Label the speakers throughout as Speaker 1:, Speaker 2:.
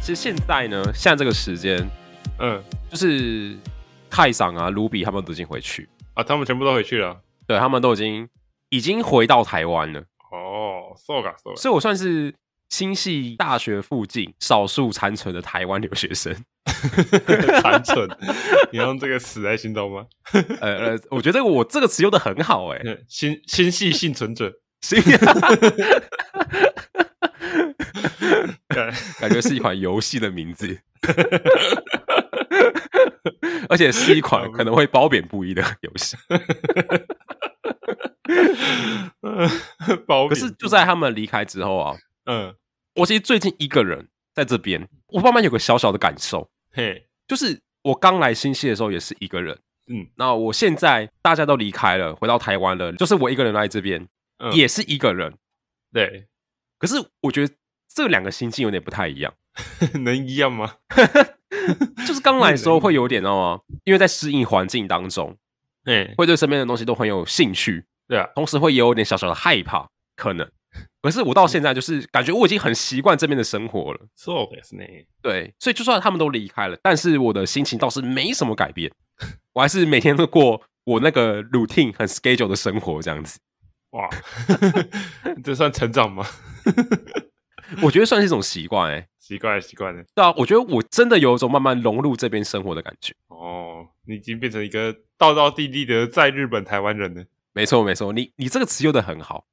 Speaker 1: 其实现在呢，现在这个时间，
Speaker 2: 嗯
Speaker 1: 就是泰赏啊、卢比他们都已经回去，
Speaker 2: 啊，他们全部都回去了。
Speaker 1: 对他们都已经已经回到台湾了，
Speaker 2: 哦，so 嘎 so
Speaker 1: 所以我算是新系大学附近少数残存的台湾留学生。
Speaker 2: 嘎， 残存，你用这个词来形容吗？
Speaker 1: 呃呃，我觉得我这个词用的很好 哎、
Speaker 2: 嗯心心系幸存 者，
Speaker 1: 行，
Speaker 2: 干
Speaker 1: 感觉是一款游戏的名字， 而且是一款可能会褒贬不一的游戏。
Speaker 2: 包
Speaker 1: 可
Speaker 2: 庇
Speaker 1: 是就在他们离开之后啊，
Speaker 2: 嗯
Speaker 1: 我其实最近一个人在这边，我慢慢有个小小的感受，
Speaker 2: 嘿
Speaker 1: 就是我刚来新西的时候也是一个人，
Speaker 2: 嗯，
Speaker 1: 那我现在大家都离开了，回到台湾了，就是我一个人来这边，
Speaker 2: 嗯
Speaker 1: 也是一个人。
Speaker 2: 对，
Speaker 1: 可是我觉得这两个心境有点不太一样，
Speaker 2: 能一样吗？
Speaker 1: 就是刚来的 时候会有点，知道吗？因为在适应环境当中，
Speaker 2: 嘿，
Speaker 1: 会对身边的东西都很有兴趣，
Speaker 2: 对啊，
Speaker 1: 同时会也有点小小的害怕，可能。可是我到现在就是感觉我已经很习惯这边的生活了，
Speaker 2: そうですね。
Speaker 1: 对，所以就算他们都离开了，但是我的心情倒是没什么改变，我还是每天都过我那个 routine 很 schedule 的生活这样子，
Speaker 2: 哇， 这算成长吗？
Speaker 1: 我觉得算是一种习惯哎、
Speaker 2: 习惯了习惯了。
Speaker 1: 对啊，我觉得我真的有一种慢慢融入这边生活的感觉。
Speaker 2: 哦，你已经变成一个道道地地的在日本台湾人了。
Speaker 1: 没错没错，你你这个词用的很好，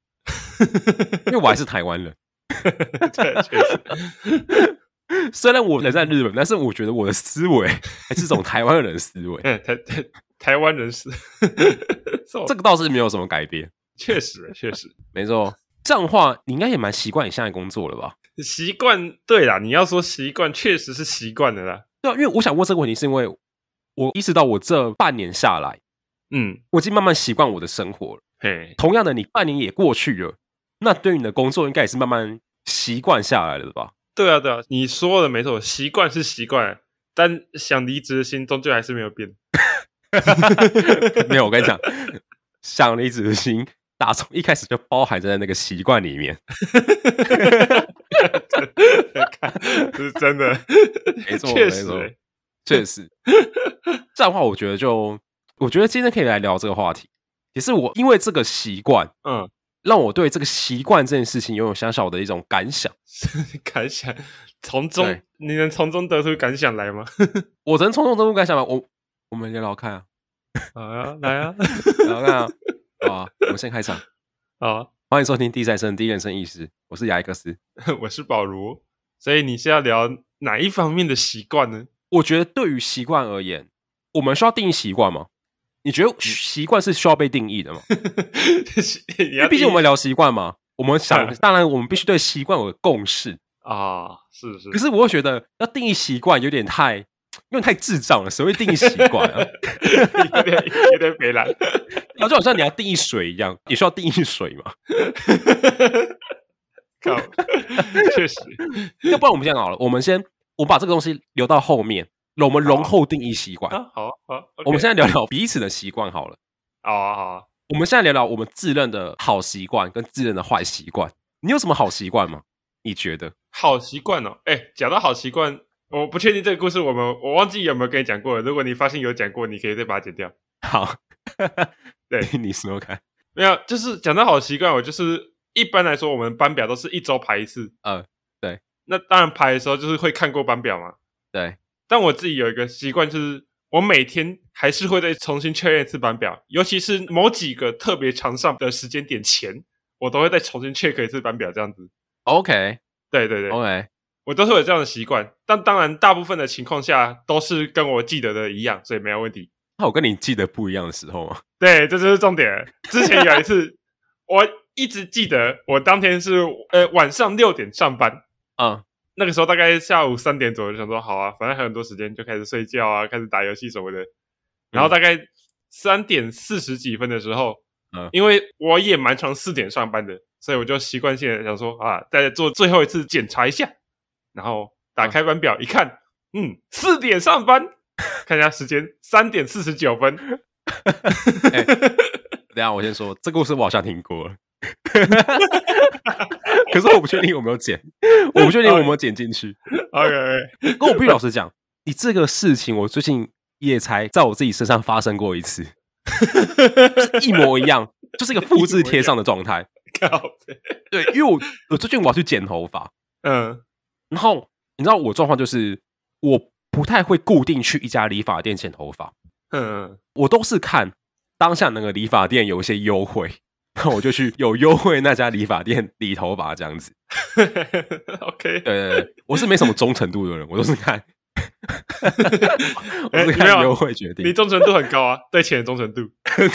Speaker 1: 因为我还是台湾人，
Speaker 2: 对，确实，
Speaker 1: 虽然我人在日本，但是我觉得我的思维还是这种台湾人的思维，
Speaker 2: 嗯 台台台湾 人是，这
Speaker 1: 这个倒是没有什么改变。
Speaker 2: 确实啊确实
Speaker 1: 没错，这样的话你应该也蛮习惯你现在工作了吧？
Speaker 2: 习惯。对啦，你要说习惯，确实是习惯的啦。
Speaker 1: 对啊，因为我想问这个问题，是因为我意识到我这半年下来，
Speaker 2: 嗯，
Speaker 1: 我已经慢慢习惯我的生活了。
Speaker 2: 嘿，
Speaker 1: 同样的，你半年也过去了，那对于你的工作应该也是慢慢习惯下来了吧？
Speaker 2: 对啊对啊，你说的没错，习惯是习惯，但想离职的心终究还是没有变。
Speaker 1: 没有，我跟你讲，想离职的心打从一开始就包含在那个习惯里面。
Speaker 2: 看，这是真的，
Speaker 1: 没错
Speaker 2: 确
Speaker 1: 没
Speaker 2: 实、
Speaker 1: 错
Speaker 2: 欸，
Speaker 1: 确实，这样的话，我觉得就我觉得今天可以来聊这个话题，也是我因为这个习惯，
Speaker 2: 嗯，
Speaker 1: 让我对这个习惯这件事情拥有小小的一种感想。
Speaker 2: 欸 感想从中
Speaker 1: 对，
Speaker 2: 你能从中得出感想来吗？
Speaker 1: 我能从中得出感想吗？我我们聊聊看啊，
Speaker 2: 好啊，来啊，
Speaker 1: 聊聊看啊。好啊，我们先开场，
Speaker 2: 好啊，
Speaker 1: 欢迎收听《第三声第一人称意识》，我是雅克斯。
Speaker 2: 我是宝如，所以你是要聊哪一方面的习惯呢？
Speaker 1: 我觉得对于习惯而言，我们需要定义习惯吗？你觉
Speaker 2: 嗯
Speaker 1: 得习惯是需要被定义的吗？
Speaker 2: 因
Speaker 1: 因为毕竟我们聊习惯嘛，我们想
Speaker 2: 呃嗯，
Speaker 1: 当然我们必须对习惯有个共识。
Speaker 2: 啊，是是，
Speaker 1: 可是我会觉得要定义习惯有点太，有点太智障了。谁会定义习惯啊？
Speaker 2: 有点有点北蓝，
Speaker 1: 然后就好像你要定义水一样，你需要定义水嘛？
Speaker 2: 靠，确实，
Speaker 1: 要不然我们这样好了，我们先我把这个东西留到后面，我们容后定义习惯。
Speaker 2: 啊，好啊好啊，
Speaker 1: 我们
Speaker 2: OK
Speaker 1: 现在聊聊彼此的习惯好了。
Speaker 2: 好啊好啊，
Speaker 1: 我们现在聊聊我们自认的好习惯跟自认的坏习惯。你有什么好习惯吗？你觉得？
Speaker 2: 好习惯哦，哎，讲到好习惯。我不确定这个故事，我们我忘记有没有跟你讲过了。如果你发现有讲过，你可以再把它剪掉。
Speaker 1: 好，
Speaker 2: 对，
Speaker 1: 你说看。
Speaker 2: 没有，就是讲到好习惯，我就是一般来说，我们班表都是一周排一次。
Speaker 1: 嗯，对。
Speaker 2: 那当然排的时候就是会看过班表嘛，
Speaker 1: 对，
Speaker 2: 但我自己有一个习惯，就是我每天还是会再重新确认一次班表，尤其是某几个特别长上的时间点前，我都会再重新 check 一次班表，这样子。
Speaker 1: OK
Speaker 2: 对对对
Speaker 1: OK，
Speaker 2: 我都是有这样的习惯，但当然大部分的情况下都是跟我记得的一样，所以没有问题。
Speaker 1: 那我跟你记得不一样的时候吗？
Speaker 2: 对，这就是重点。之前有一次，我一直记得我当天是呃晚上六点上班，
Speaker 1: 嗯，
Speaker 2: 那个时候大概下午三点左右，就想说好啊，反正还有很多时间，就开始睡觉啊，开始打游戏什么的。然后大概三点四十几分的时候，
Speaker 1: 嗯
Speaker 2: 因为我也蛮常四点上班的，所以我就习惯性的想说啊，再做最后一次检查一下，然后打开班表一看，嗯，四点上班，看一下时间，三点四十九分。
Speaker 1: 等一下我先说，这个故事我好像听过了。 可是我不确定有没有剪，我不确定有没有剪进去。
Speaker 2: OK，, o
Speaker 1: 跟我必须老实讲，你这个事情我最近也才在我自己身上发生过一次，
Speaker 2: k
Speaker 1: 一模一样，就是一个复制贴上的状态。
Speaker 2: 靠背，
Speaker 1: 对，因为我我最近我要去剪头发，
Speaker 2: 嗯
Speaker 1: 然后你知道我状况就是我不太会固定去一家理发店剪头发，
Speaker 2: 嗯，
Speaker 1: 我都是看当下那个理发店有一些优惠，那我就去有优惠那家理发店理头发这样子。对
Speaker 2: OK，
Speaker 1: 对对，我是没什么忠诚度的人，我都是看， 我
Speaker 2: 哎
Speaker 1: 是
Speaker 2: 没
Speaker 1: 看
Speaker 2: 有
Speaker 1: 优惠决
Speaker 2: 你
Speaker 1: 定。
Speaker 2: 忠诚度很 高啊，对钱的忠诚度。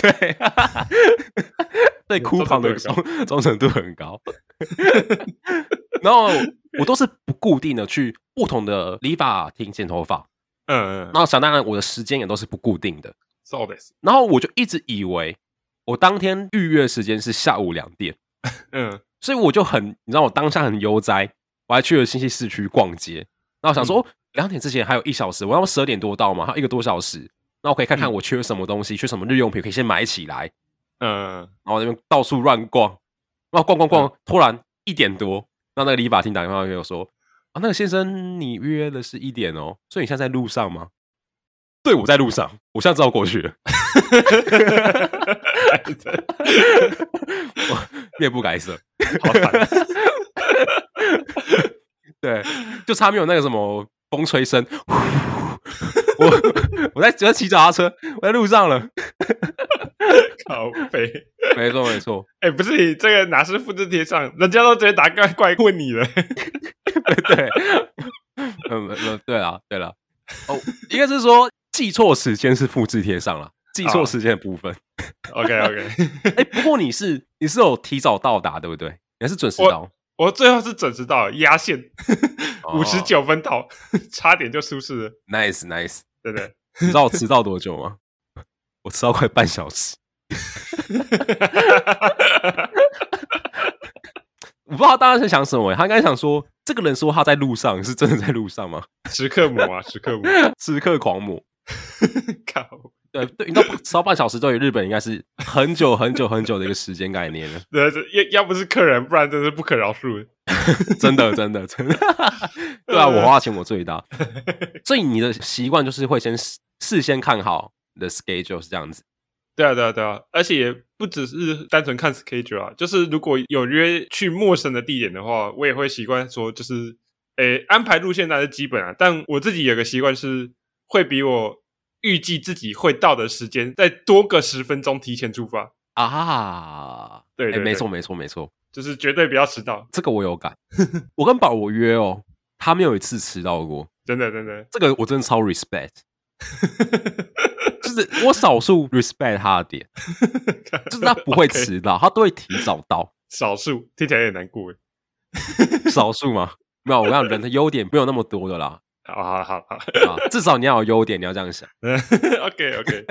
Speaker 1: 对， 对，
Speaker 2: 忠
Speaker 1: 哭旁的
Speaker 2: 诚
Speaker 1: 忠 忠诚度很高。然后我都是不固定的去不同的理发厅剪头发，
Speaker 2: 嗯，
Speaker 1: 然后想当然我的时间也都是不固定的。
Speaker 2: そうです。
Speaker 1: 然后我就一直以为我当天预约时间是下午两点，
Speaker 2: 嗯
Speaker 1: 所以我就很，你知道我当下很悠哉，我还去了新西市区逛街，然后想说哦两、点之前还有一小时，我要十二点多到嘛，还有一个多小时，那我可以看看
Speaker 2: 嗯
Speaker 1: 我缺什么东西，缺什么日用品可以先买起来，
Speaker 2: 嗯，
Speaker 1: 然后那边到处乱逛，然后逛逛逛，突然一点多，然后那个理发厅打电话给我说：“啊，那个先生，你预约的是一点哦，所以你现在在路上吗？”对，我在路上，我现在知道过去了，
Speaker 2: 哎
Speaker 1: 我面不改色。
Speaker 2: 好惨。
Speaker 1: 对，就差没有那个什么风吹声。我我在我在骑脚踏车，我在路上了。
Speaker 2: 靠背。
Speaker 1: 没错没错，
Speaker 2: 哎、不是你这个哪是复制贴上，人家都直接打怪怪问你 了。
Speaker 1: 对，嗯嗯，对了对了，哦，应该是说记错时间是复制贴上了，记错
Speaker 2: 啊
Speaker 1: 时间的部分。
Speaker 2: OK OK，
Speaker 1: 哎、不过你是你是有提早到达对不对？你还是准时
Speaker 2: 我
Speaker 1: 到？
Speaker 2: 我最后是准时到了压线，
Speaker 1: 哦
Speaker 2: 五十九分到， 差点就出事了，
Speaker 1: ，nice nice。
Speaker 2: 对不 对？
Speaker 1: 你知道我迟到多久吗？ 我迟到快半小时。我不知道大家在想什么、欸他应该想说，这个人说他在路上，是真的在路上吗？
Speaker 2: 时刻母啊，时刻母，
Speaker 1: 时刻狂魔。
Speaker 2: 靠！
Speaker 1: 对对，你知道迟到半小时对于日本应该是很久很久很久的一个时间概念了，
Speaker 2: 对，这要要不是客人，不然真是不可饶恕的。
Speaker 1: 真的真的真的。 对啊，我花钱我最大，所以你的习惯就是会先事事先看好你的 schedule 是这样子。
Speaker 2: 对啊，对啊，对啊，而且也不只是单纯看 schedule 啊，就是如果有约去陌生的地点的话，我也会习惯说，就是诶安排路线那是基本啊，但我自己有个习惯是会比我预计自己会到的时间再多个十分钟提前出发，
Speaker 1: 啊，
Speaker 2: 对
Speaker 1: 哎
Speaker 2: 对对
Speaker 1: 没错，没错，没错，
Speaker 2: 就是绝对不要迟到，
Speaker 1: 这个我有感。我跟宝我约哦，他没有一次迟到过，
Speaker 2: 真的真的，
Speaker 1: 这个我真的超 respect，就是我少数 respect 他的点，就是他不会
Speaker 2: OK，
Speaker 1: 迟到，他都会提早到，
Speaker 2: 少数听起来有点难过诶。
Speaker 1: 少数嘛。没有，我讲人的优点没有那么多的啦，
Speaker 2: 好好好好
Speaker 1: 啊，至少你要有优点，你要这样想。
Speaker 2: ，OK OK，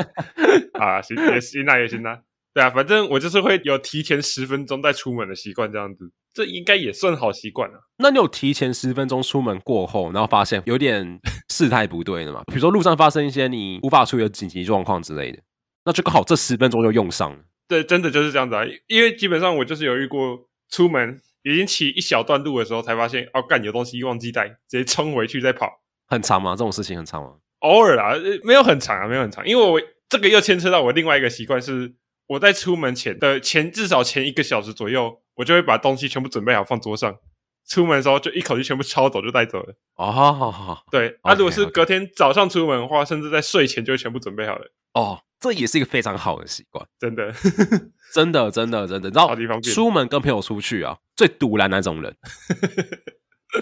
Speaker 2: 啊，行也行啦也行啦，对啊，反正我就是会有提前十分钟再出门的习惯，这样子，这应该也算好习惯了。啊
Speaker 1: 那你有提前十分钟出门过后，然后发现有点 事态不对的嘛？比如说路上发生一些你无法处理的紧急状况之类的，那就刚好这十分钟就用上了。
Speaker 2: 对，真的就是这样子啊，因为基本上我就是有遇过出门已经骑一小段路的时候，才发现哦，干有东西忘记带，直接冲回去再跑。
Speaker 1: 很长吗？这种事情很长吗？
Speaker 2: 偶尔啊，呃没有很长啊，没有很长，因为我这个又牵扯到我另外一个习惯是，我在出门前的前至少前一个小时左右，我就会把东西全部准备好放桌上，出门的时候就一口气全部抄走就带走了。
Speaker 1: 哦，好好好
Speaker 2: 对，啊，
Speaker 1: OK，
Speaker 2: 如果是
Speaker 1: OK
Speaker 2: 隔天早上出门的话，甚至在睡前就全部准备好了，
Speaker 1: 哦，这也是一个非常好的习惯，
Speaker 2: 真的。
Speaker 1: 真的，真的，真的。然后
Speaker 2: 超级方便
Speaker 1: 出门跟朋友出去啊，最堵然那 种人，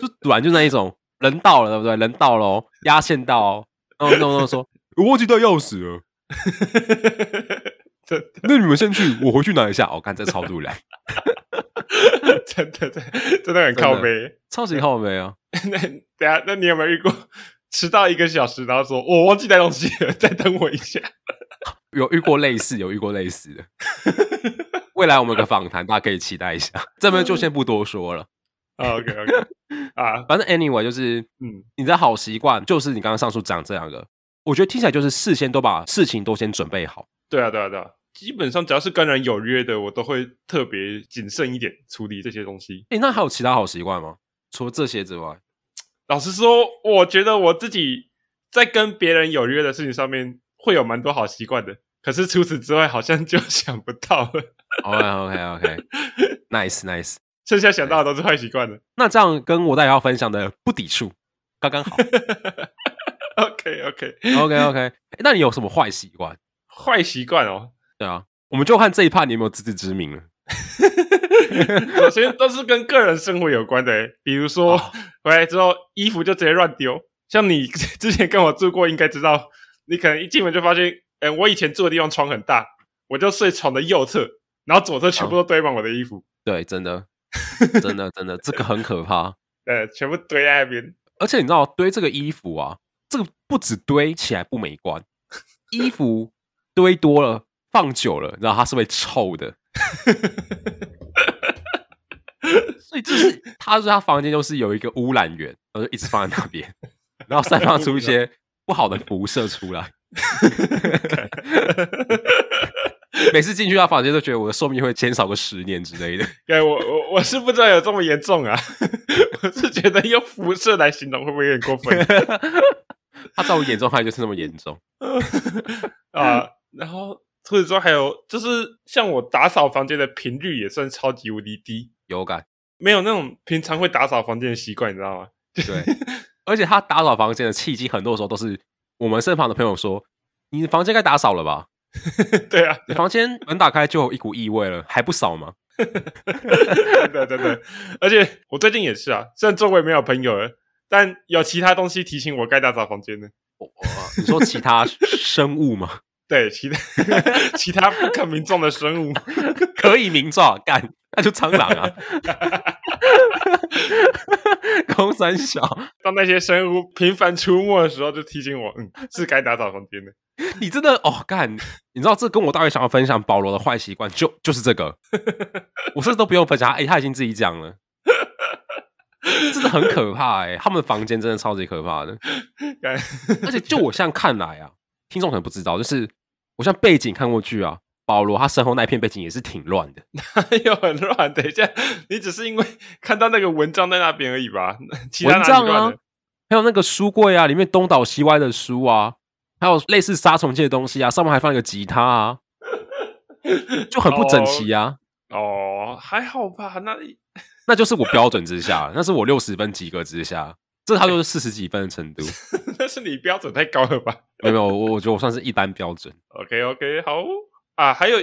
Speaker 1: 就堵然就那一种，人到了，对不对？人到了、哦，压线到、哦，然后然后然后说， 我忘记带钥匙了，
Speaker 2: 真的
Speaker 1: 那你们先去，我回去拿一下。我、哦、看这超堵 然，
Speaker 2: 真的，真的真的很靠背。
Speaker 1: 超级靠没啊。
Speaker 2: 那等一下，那你有没有遇过迟到一个小时，然后说我忘记带东西了， 再等我一下？
Speaker 1: 有遇过类似，有遇过类似的。未来我们有个访谈，大家可以期待一下。这边就先不多说了。
Speaker 2: 啊，OK OK，啊，
Speaker 1: 反正 anyway，就是
Speaker 2: 嗯
Speaker 1: 你的好习惯，就是你刚刚上述讲这两个，我觉得听起来就是事先都把事情都先准备好。
Speaker 2: 对啊，对啊，对啊，基本上只要是跟人有约的，我都会特别谨慎一点处理这些东西。
Speaker 1: 哎、那还有其他好习惯吗？除了这些之外，
Speaker 2: 老实说，我觉得我自己在跟别人有约的事情上面会有蛮多好习惯的，可是除此之外好像就 想不到了，
Speaker 1: OK OK OK，nice nice。
Speaker 2: 剩下想到的都是坏习惯了。
Speaker 1: 那这样跟我待会要分享的不抵触，刚刚好。
Speaker 2: OK OK，
Speaker 1: OK OK，、那你有什么坏习惯？
Speaker 2: 坏习惯哦，
Speaker 1: 对啊，我们就看这一趴你有没有自知之明了。
Speaker 2: 首先都是跟个人生活有关的欸，比如说、
Speaker 1: 哦
Speaker 2: 回来之后衣服就直接乱丢。像你 之前跟我住过，应该知道，你可能一进门就发现，嗯、我以前住的地方床很大，我就睡床的右侧，然后左侧全部都堆满我的衣服，
Speaker 1: 对，真的，真的，真的，这个很可怕。
Speaker 2: 呃，全部堆在那边。
Speaker 1: 而且你知道，堆这个衣服啊，这个不止堆起来不美观，衣服堆多了，放久了，然后它是会臭的。所以就是他说他房间就是有一个污染源，然后就一直放在那边，然后散发出一些不好的辐射出来。每次进去他房间都觉得我的寿命会减少个十年之类的。
Speaker 2: 对，我我我是不知道有这么严重啊，我是觉得用辐射来形容会不会有点过分
Speaker 1: 他在我眼中，他就是那么严重。
Speaker 2: 啊？然后除此之外还有就是像我打扫房间的频率也算超级无敌低，
Speaker 1: 有感。
Speaker 2: 没有那种平常会打扫房间的习惯，你知道吗？
Speaker 1: 对， 而且他打扫房间的契机，很多时候都是我们身旁的朋友说：“你的房间该打扫了吧？
Speaker 2: 对啊，
Speaker 1: 你房间门打开就有一股异味了，还不扫吗
Speaker 2: 真的真的，而且我最近也是啊，虽然周围没有朋友了，但有其他东西提醒我该打扫房间呢。？”
Speaker 1: 我我哦你说其 他生物吗？
Speaker 2: 对，其他 其他不可名状的生物，
Speaker 1: 可以明照干，那就蟑螂 啊！公三小，
Speaker 2: 当那些生物频繁出没的时候，就提醒我，嗯，是该打扫房间的。
Speaker 1: 你真的哦干！你知道这跟我大约想要分享保罗的坏习惯，就就是这 个，我甚至都不用分享，哎、他已经自己讲了，真的很可怕哎、他们房间真的超级可怕的。
Speaker 2: 干
Speaker 1: 而且就我现在看来啊，听众可能不知道，就是我像背景看过去啊，保罗他身后那一片背景也是挺乱的。
Speaker 2: 又很乱。等一下，你只是因为看到那个文章在那边而已吧？ 其他
Speaker 1: 蚊
Speaker 2: 哪
Speaker 1: 帐
Speaker 2: 里
Speaker 1: 啊
Speaker 2: 乱了？，
Speaker 1: 还有那个书柜啊，里面东倒西歪的书啊，还有类似杀虫剂的东西啊，上面还放一个吉他啊，就很不整齐啊。
Speaker 2: 哦，还好吧？那
Speaker 1: 那就是我标准之下，那是我六十分及格之下，这他就是四十几分的程度。
Speaker 2: 那是你标准太高了吧？
Speaker 1: 没有没有，我我觉得我算是一般标准。
Speaker 2: OK OK，好啊，还有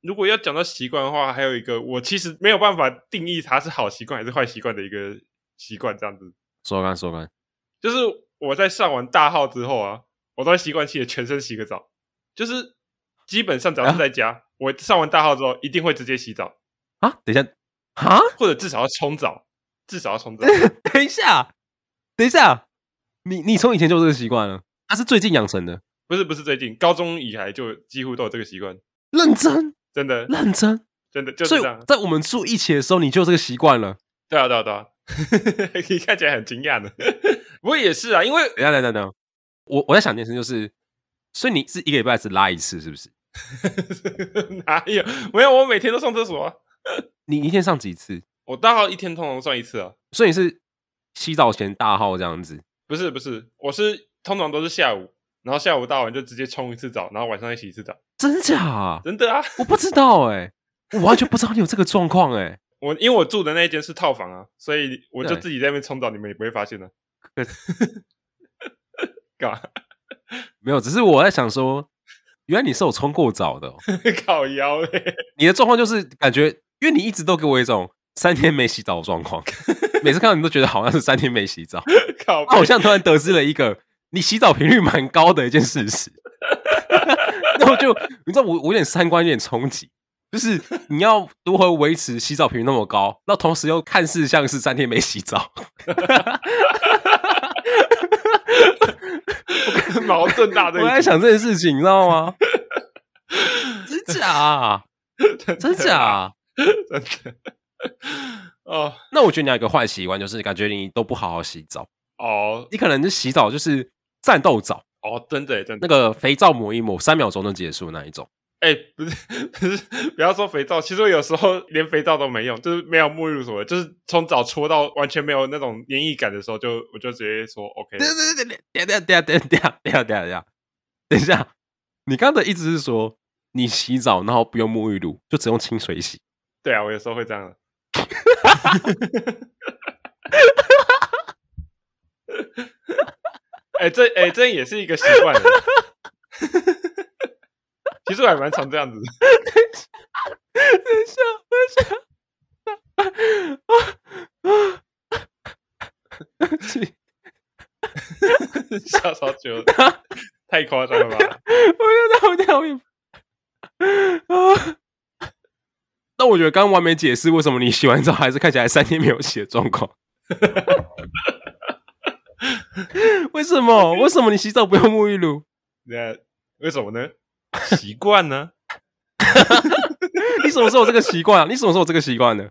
Speaker 2: 如果要讲到习惯的话，还有一个我其实没有办法定义它是好习惯还是坏习惯的一个习惯，这样子，
Speaker 1: 说干说干，
Speaker 2: 就是我在上完大号之后啊，我都会习惯性的全身洗个澡，就是基本上只要是在家，我上完大号之后一定会直接洗澡，
Speaker 1: 啊，等一下啊，
Speaker 2: 或者至少要冲澡，至少要 冲澡。
Speaker 1: 等一下，等一下，你你从以前就有这个习惯了，他是最近养成的，
Speaker 2: 不是不是最近，高中以来就几乎都有这个习惯，
Speaker 1: 认真
Speaker 2: 真的
Speaker 1: 认真。
Speaker 2: 真的就是
Speaker 1: 所以
Speaker 2: 这样。
Speaker 1: 在我们住一起的时候，你就有这个习惯了。
Speaker 2: 对啊对啊对啊， 你看起来很惊讶呢， 不过也是啊，因为
Speaker 1: 等一下等一下等一下，我我在想一件事，就是，所以你是一个礼拜只拉一次，是不是？
Speaker 2: 哪有？没有，我每天都上厕所啊。
Speaker 1: 你一天上几次？
Speaker 2: 我大号一天通常算一次啊，
Speaker 1: 所以你是洗澡前大号这样子。
Speaker 2: 不是不是，我是通常都是下午，然后下午大完就直接冲一次澡，然后晚上再洗一次澡。
Speaker 1: 真假啊？
Speaker 2: 真的啊，
Speaker 1: 我不知道哎、我完全不知道你有这个状况哎。
Speaker 2: 我因为我住的那一间是套房啊，所以我就
Speaker 1: 对
Speaker 2: 自己在那边冲澡，你们也不会发现的、啊
Speaker 1: 可。
Speaker 2: 干嘛
Speaker 1: 没有，只是我在想说，原来你是有冲过澡的哦、
Speaker 2: 靠腰嘞？
Speaker 1: 你的状况就是感觉，因为你一直都给我一种三天没洗澡的状况，每次看到你都觉得好像是三天没洗澡。
Speaker 2: 靠
Speaker 1: 那
Speaker 2: 背
Speaker 1: 我现在突然得知了一个你洗澡频率蛮高的一件事实， 那我就你知道我我有点三观有点冲击，就是你要如何维持洗澡频率那么高，那同时又看似像是三天没洗澡，
Speaker 2: 矛盾大对
Speaker 1: 我在
Speaker 2: 决，
Speaker 1: 想这件事情，你知道吗？真假啊？真假啊？
Speaker 2: 真的。哦
Speaker 1: 那我觉得你还有一个坏习惯，就是感觉你都不好好洗澡，
Speaker 2: 哦
Speaker 1: 你可能就洗澡就是战斗澡，
Speaker 2: 哦，真的耶真的
Speaker 1: 那个肥皂抹一抹，三秒钟就结束那一种。
Speaker 2: 哎、不是不是，不要说肥皂，其实我有时候连肥皂都没用，就是没有沐浴乳什么，就是从早搓到完全没有那种黏液感的时候就，我就直接说 OK
Speaker 1: 等。等等等等等等等下等下等下等下等一下，你刚才的意思是说，你洗澡然后不用沐浴露，就只用清水洗？
Speaker 2: 对啊，我 有时候会这样的。哎、这哎、这也是一个习惯欸。 其实我还蛮常这样子的。
Speaker 1: 等一下，等一下，啊啊！对不起，
Speaker 2: 笑超久，太夸张了 吧？
Speaker 1: 我就在我也啊。 那我觉得刚刚完美解释为什么你洗完澡还是看起来三天没有洗的状况。 为什么？为什么你洗澡不用沐浴露？
Speaker 2: 那为什么呢？习惯呢？
Speaker 1: 你什么时候有这个习惯啊？你什么时候有这个习惯的？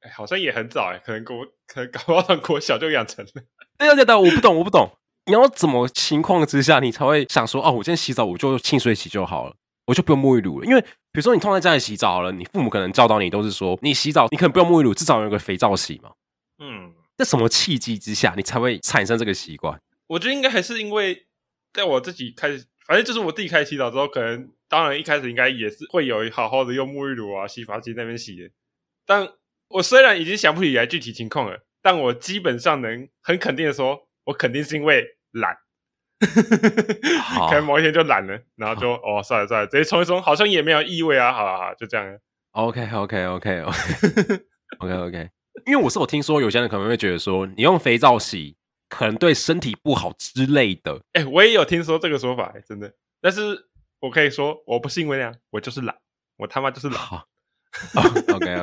Speaker 2: 哎、好像也很早哎、可能国可能搞不好从国小就养成了。
Speaker 1: 对对对对，我不懂，我不懂。你要怎么情况之下，你才会想说，哦，我今天洗澡我就清水洗就好了，我就不用沐浴露了？因为比如说你通常在家里洗澡好了，你父母可能教导你都是说，你洗澡你可能不用沐浴露，至少有个肥皂洗嘛。
Speaker 2: 嗯，
Speaker 1: 在什么契机之下，你才会产生这个习惯？
Speaker 2: 我觉得应该还是因为在我自己开始，反正就是我自己开始洗澡之后，可能当然一开始应该也是会有好好的用沐浴乳啊、洗发精那边洗的。但我虽然已经想不起来具体情况了，但我基本上能很肯定的说，我肯定是因为 懒。
Speaker 1: 好
Speaker 2: 可能某一天就懒了，然后就哦算了算了，直接冲一冲，好像也没有异味啊，好好好，就这样了。
Speaker 1: OK OK OK OK OK OK，因为我是有听说有些人可能会觉得说，你用肥皂洗可能对身体不好之类的。
Speaker 2: 哎、我也有听说这个说法、哎真的。但是我可以说，我不是因为那样，我就是懒，我他妈就是 懒。
Speaker 1: 好、OK OK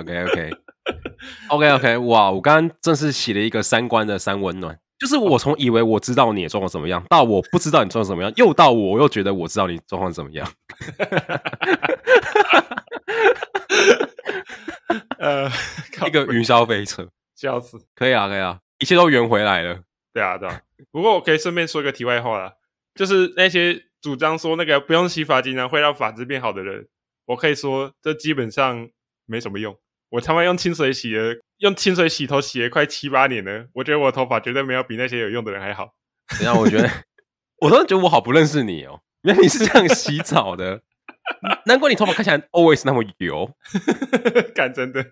Speaker 1: OK OK OK，哇！我刚刚真是洗了一个三观的三温暖，就是我从以为我知道你的状况怎么样，到我不知道你状况怎么样，又到我又觉得我知道你状况怎么样。
Speaker 2: 呃，靠
Speaker 1: 一个云霄飞车，
Speaker 2: 笑死。
Speaker 1: 可以啊，可以啊，一切都圆回来了。
Speaker 2: 对啊，对啊。不过我可以顺便说一个题外话啦，就是那些主张说那个不用洗发精呢会让发质变好的人，我可以说这基本上没什么用。我他妈用清水洗了，用清水洗头洗了快七八年了，我觉得我的头发绝对没有比那些有用的人还好。
Speaker 1: 等一下，我觉得，我突然觉得我好不认识你哦，原来你是这样洗澡的，难怪你头发看起来 always 那么油。
Speaker 2: 干真的，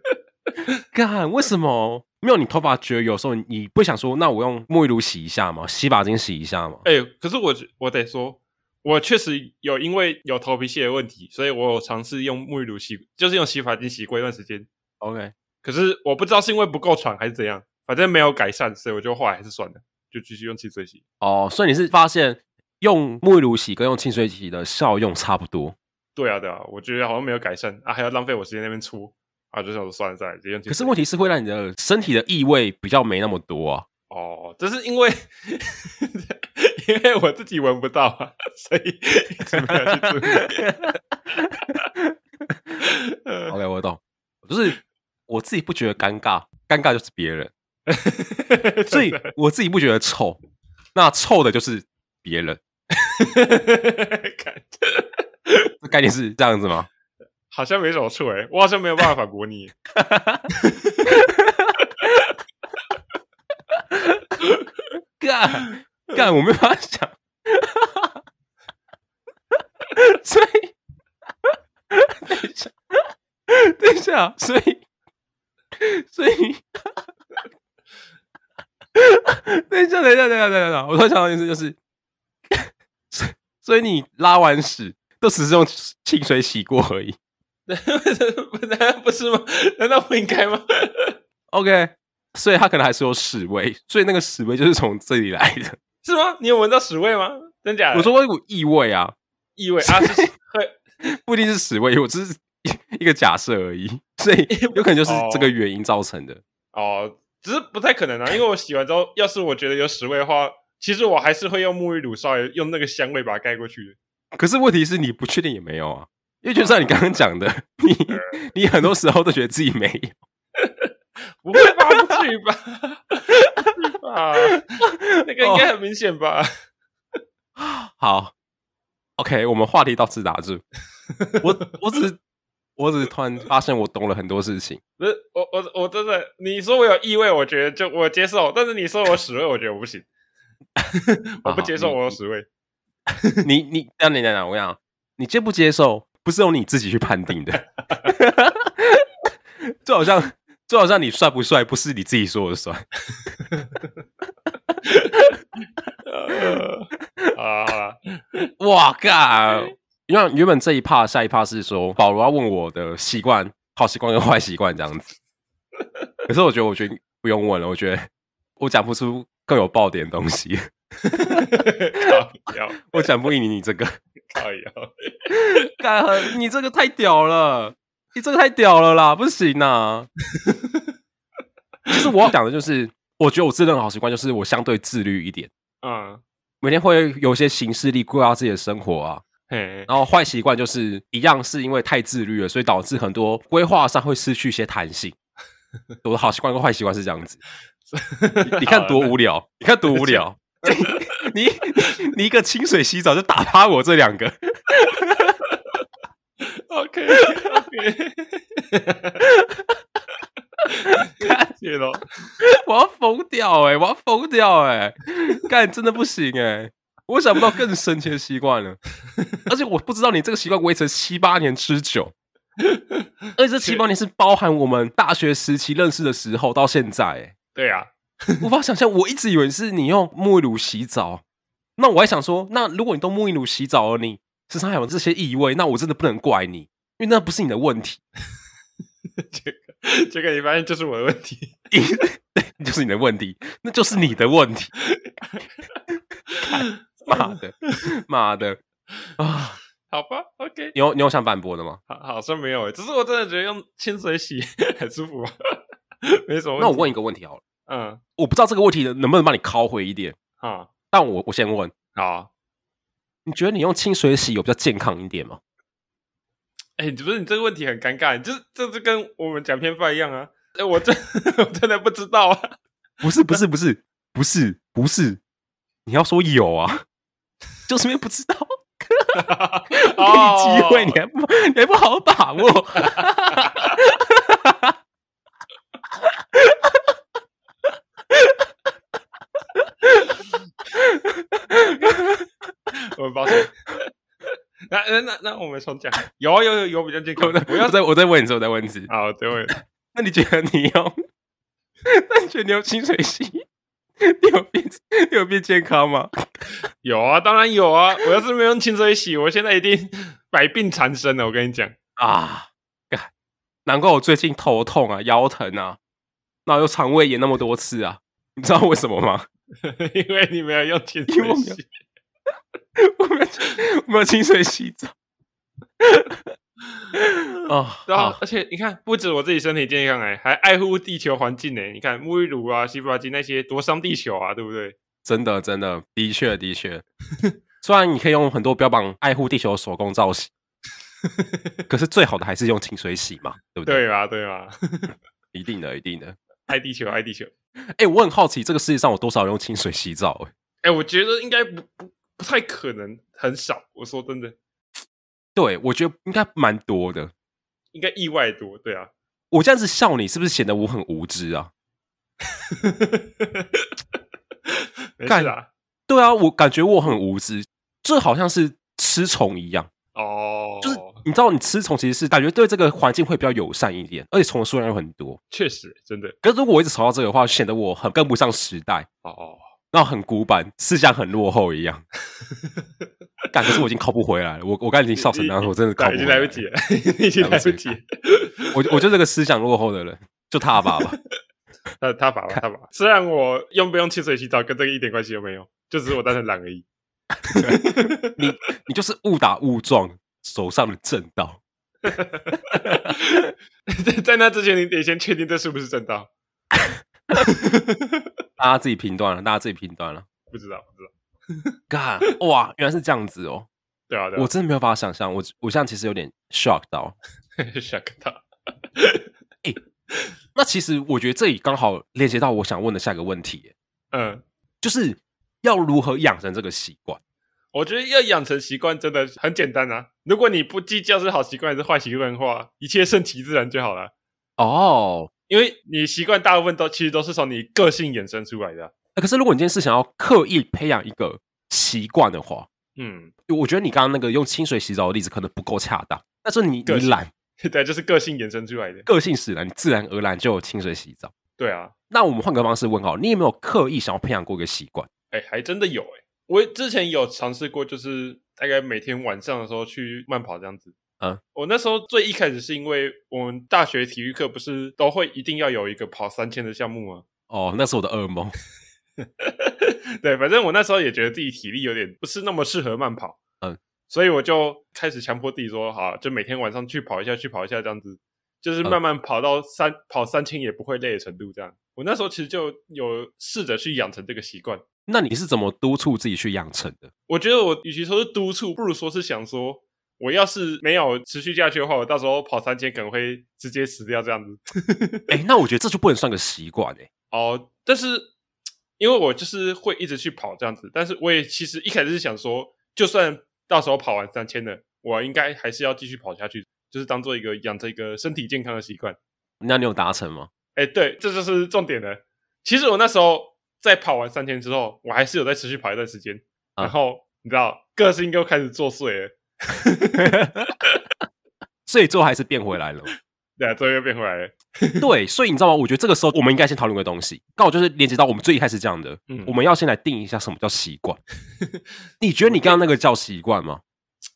Speaker 1: 干，为什么？没有，你头发觉得有时候你不想说，那我用沐浴露洗一下吗？洗发精洗一下吗？
Speaker 2: 哎、可是我觉我得说，我确实有因为有头皮屑的问题，所以我有尝试用沐浴乳洗，就是用洗发精洗过一段时间。
Speaker 1: OK，
Speaker 2: 可是我不知道是因为不够喘还是怎样，反正没有改善，所以我就后来还是算了，就继续用汽水洗。
Speaker 1: 哦，所以你是发现用沐浴露洗跟用清水洗的效用差不多，
Speaker 2: 对啊，对啊，我觉得好像没有改善啊，还要浪费我时间在那边出啊，就想说算了算了，直接用汽
Speaker 1: 可
Speaker 2: 水洗。
Speaker 1: 是问题是会让你的身体的异味比较没那么多啊。
Speaker 2: 哦，这是因为 因为我自己闻不到啊，所以一直没有去注意。呃
Speaker 1: OK，我懂，就是我自己不觉得尴尬，尴尬就是别人， 所以我自己不觉得臭，那臭的就是别人。
Speaker 2: 看，
Speaker 1: 这概念是这样子吗？
Speaker 2: 好像没什么错哎、我好像没有办法反驳你。
Speaker 1: 干干，我没办法想， 所以等一下，等一下，所以所以等一下，等一下，等一下，等一下，等一下，我突然想到一件事，就是， 所以你拉完屎都只是用清水洗过而已。
Speaker 2: 难道不是吗？难道不应该吗？
Speaker 1: OK，所以它可能还是有屎味，所以那个屎味就是从这里来的。
Speaker 2: 是吗？你有闻到屎味吗？真假的？
Speaker 1: 我说我有股异味啊，
Speaker 2: 异味啊，是会
Speaker 1: 不一定是屎味，我只是一一个假设而已，所以 有可能就是这个原因造成的。
Speaker 2: 哦，只是不太可能啊，因为我洗完之后，要是我觉得有屎味的话，其实我还是会用沐浴乳稍微用那个香味把它盖过去的。
Speaker 1: 可是问题是你不确定也没有啊，因为就像你刚刚讲的，你你很多时候都觉得自己没有。
Speaker 2: 不会吧？不至于吧？不至于吧？那个应该很明
Speaker 1: 哦
Speaker 2: 显吧？
Speaker 1: 好，OK，我们话题到此打住。我我只是我只是突然发现我懂了很多事情。
Speaker 2: 不是我我我真的，你说我有异味，我觉得就我接受；但是你说我屎味，我觉得我不 行，我不接
Speaker 1: 啊
Speaker 2: 受我有屎味。
Speaker 1: 你你等等等等，我跟你讲，你接不接受不是由你自己去判定的，就好像就好像你帅不帅不是你自己说了算。
Speaker 2: 呃啊，好啦
Speaker 1: 哇靠！因为原本这一趴下一趴是说保罗要问我的习惯、好习惯跟坏习惯这样子，可是我觉得我觉得不用问了，我觉得我讲不出更有爆点的东西，
Speaker 2: 靠腰
Speaker 1: 我讲不赢你你这个。
Speaker 2: 靠腰，
Speaker 1: 干很，你这个太屌了，你这个太屌了啦，不行啊！其实我要讲的就是，我觉得我自认的好习惯就是我相对自律一点，
Speaker 2: 嗯，
Speaker 1: 每天会有一些行事力规划自己的生活啊。
Speaker 2: 嘿，
Speaker 1: 然后坏习惯就是一样，是因为太自律了，所以导致很多规划上会失去一些弹性。我的好习惯跟坏习惯是这样子，你看多无聊，你看多无聊。 你你你一个清水洗澡就打趴我这两个，
Speaker 2: OK OK，谢喽。
Speaker 1: 我要疯掉哎、我要疯掉哎、 干真的不行哎、我想不到更神奇的习惯了，而且我不知道你这个习惯维持了七八年之久，而且这七八年是包含我们大学时期认识的时候到现在、欸，
Speaker 2: 对啊，
Speaker 1: 无法想象。我一直以为是你用沐浴乳洗澡，那我还想说，那如果你都沐浴乳洗澡而你身上还有这些异味，那我真的不能怪你，因为那不是你的问题，
Speaker 2: 这个这个你发现就是我的问题。
Speaker 1: 那 就是你的问题，那就是你的问 题。妈的，妈的啊！
Speaker 2: 好吧，OK，
Speaker 1: 你有你有想反驳的吗？
Speaker 2: 好，好像没有诶，欸只是我真的觉得用清水洗 很舒服，没什么问题。
Speaker 1: 那我问一个问题好了，
Speaker 2: 嗯，
Speaker 1: 我不知道这个问题能不能帮你拷回一点，
Speaker 2: 好，
Speaker 1: 但我我先问，
Speaker 2: 好，
Speaker 1: 你觉得你用清水洗有比较健康一点吗？
Speaker 2: 哎、你不是你这个问题很尴尬，你就是这就跟我们讲偏方一样啊。哎、我真 我真的不知 道啊。
Speaker 1: 不是不是不是不是不是，你要说有啊， 就是因为不知道，给你机
Speaker 2: 哦
Speaker 1: 会你还不你还不好好把握。
Speaker 2: 我们抱歉。 那那那那我们重讲，有啊有有有比较健康
Speaker 1: 我，再
Speaker 2: 不要
Speaker 1: 我再我再问一次，我再问一次。
Speaker 2: 好，对我
Speaker 1: 那你觉得你用？ 那你觉得你用清水洗，你有变你有变健康吗？
Speaker 2: 有啊，当然有啊。我要是没有用清水洗，我现在一定 百病缠身了。我跟你讲，
Speaker 1: 啊，干难怪我最近头痛啊、腰疼啊，然后又肠胃炎那么多次啊，你知道为什么吗？
Speaker 2: 因为你没有用清
Speaker 1: 因为我没
Speaker 2: 水
Speaker 1: 有
Speaker 2: 洗。
Speaker 1: 我没有去，我没有清水洗澡。 啊、
Speaker 2: 然后
Speaker 1: 好，
Speaker 2: 而且你看，不止我自己身体健康哎、还爱护地球环境呢、你看沐浴乳啊、洗发精那些，多伤地球啊，对不对？
Speaker 1: 真的真的，的确的确，虽然你可以用很多标榜爱护地球的手工皂洗，可是最好的还是用清水洗嘛，对不对？
Speaker 2: 对吧？啊对吧？
Speaker 1: 一定的，一定的。
Speaker 2: 爱地球，爱地球。
Speaker 1: 哎、我很好奇，这个世界上有多少人用清水洗澡、欸？
Speaker 2: 哎、我觉得应该不不不太可能，很少。我说真的，
Speaker 1: 对我觉得应该蛮多的。
Speaker 2: 应该意外多，对啊。
Speaker 1: 我这样子笑你，是不是显得我很无知啊？
Speaker 2: 没
Speaker 1: 干
Speaker 2: 事啊，
Speaker 1: 对啊，我感觉我很无知，这好像是吃虫一样，
Speaker 2: 哦，
Speaker 1: 就是你知道，你吃虫其实是感觉对这个环境会比较友善一点，而且虫的数量又很多。
Speaker 2: 确实真的，
Speaker 1: 可是如果我一直嘲笑这个的话，显得我很跟不上时代，
Speaker 2: 哦，
Speaker 1: 然后很古板，思想很落后一 样。感可是我已经靠不回来了，我我刚才已经笑成那样子，我 真的靠
Speaker 2: 来
Speaker 1: 不
Speaker 2: 已
Speaker 1: 回
Speaker 2: 经
Speaker 1: 来
Speaker 2: 来不及了，已经来 不及了。
Speaker 1: 我我就是个思想落后的人，就踏吧吧。
Speaker 2: 他他把吧，他把吧。虽然我用不用清水洗澡跟这个一点关系都没有，就只是我单纯懒而已。
Speaker 1: 你就是误打误撞走上了正道。
Speaker 2: 在在那之前，你得先确定这是不啊是正 道。
Speaker 1: 大家自己评断了，大家自己评断了。
Speaker 2: 不知道，不知道。
Speaker 1: 干哇，原来是这样子哦！
Speaker 2: 对啊，对啊，
Speaker 1: 我真的没有办法想象，我我现在其实有点 shock 到。
Speaker 2: 我 想跟他。
Speaker 1: 那其实我觉得这里刚好连接到我想问的下一个问题耶，
Speaker 2: 嗯，
Speaker 1: 就是要如何养成这个习惯？
Speaker 2: 我觉得要养成习惯真的很简单啊。如果你不计较是好习惯还是坏习惯的话，一切顺其自然就好了。
Speaker 1: 哦，
Speaker 2: 因为你习惯大部分都其实都是从你个性衍生出来的啊、
Speaker 1: 呃可是如果你今天是想要刻意培养一个习惯的话，
Speaker 2: 嗯，
Speaker 1: 我觉得你刚刚那个用清水洗澡的例子可能不够恰当，但是你
Speaker 2: 个
Speaker 1: 你
Speaker 2: 性
Speaker 1: 懒，
Speaker 2: 对，就是个性衍生出来的。
Speaker 1: 个性使然，你自然而然就有清水洗澡。
Speaker 2: 对啊，
Speaker 1: 那我们换个方式问好，你有没有刻意想要培养过一个习惯？
Speaker 2: 哎，还真的有哎、我之前有尝试过，就是大概每天晚上的时候去慢跑这样子。
Speaker 1: 嗯，
Speaker 2: 我那时候最一开始是因为我们大学体育课不是都会一定要有一个跑三千的项目吗？
Speaker 1: 哦，那是我的噩梦。
Speaker 2: 对，反正我那时候也觉得自己体力有点不是那么适合慢跑，
Speaker 1: 嗯，
Speaker 2: 所以我就开始强迫自己说，好，就每天晚上去跑一下，去跑一下这样子，就是
Speaker 1: 嗯
Speaker 2: 慢慢跑到三、跑三千也不会累的程度这样。我那时候其实就有试着去养成这个习惯。
Speaker 1: 那你是怎么督促自己去养成的？
Speaker 2: 我觉得我与其说是督促，不如说是想说，我要是没有持续下去的话，我到时候跑三千可能会直接死掉这样子。
Speaker 1: 哎、那我觉得这就不能算个习惯哎。
Speaker 2: 哦，但是因为我就是会一直去跑这样子，但是我也其实一开始是想说，就算到时候跑完三千了，我应该还是要继续跑下去，就是当做一个养成一个身体健康的习惯。
Speaker 1: 那你有达成吗？
Speaker 2: 哎，对，这就是重点了。其实我那时候在跑完三天之后，我还是有在持续跑一段时间，
Speaker 1: 啊
Speaker 2: 然后你知道，个性又开始作祟了。
Speaker 1: 所以最后还是变回来了。
Speaker 2: 对啊，终于又变回来了。
Speaker 1: 对，所以你知道吗？我觉得这个时候我们应该先讨论个东西，刚好就是连接到我们最一开始讲的，
Speaker 2: 嗯
Speaker 1: 我们要先来定义一下什么叫习惯。你觉得你刚刚那个叫习惯吗？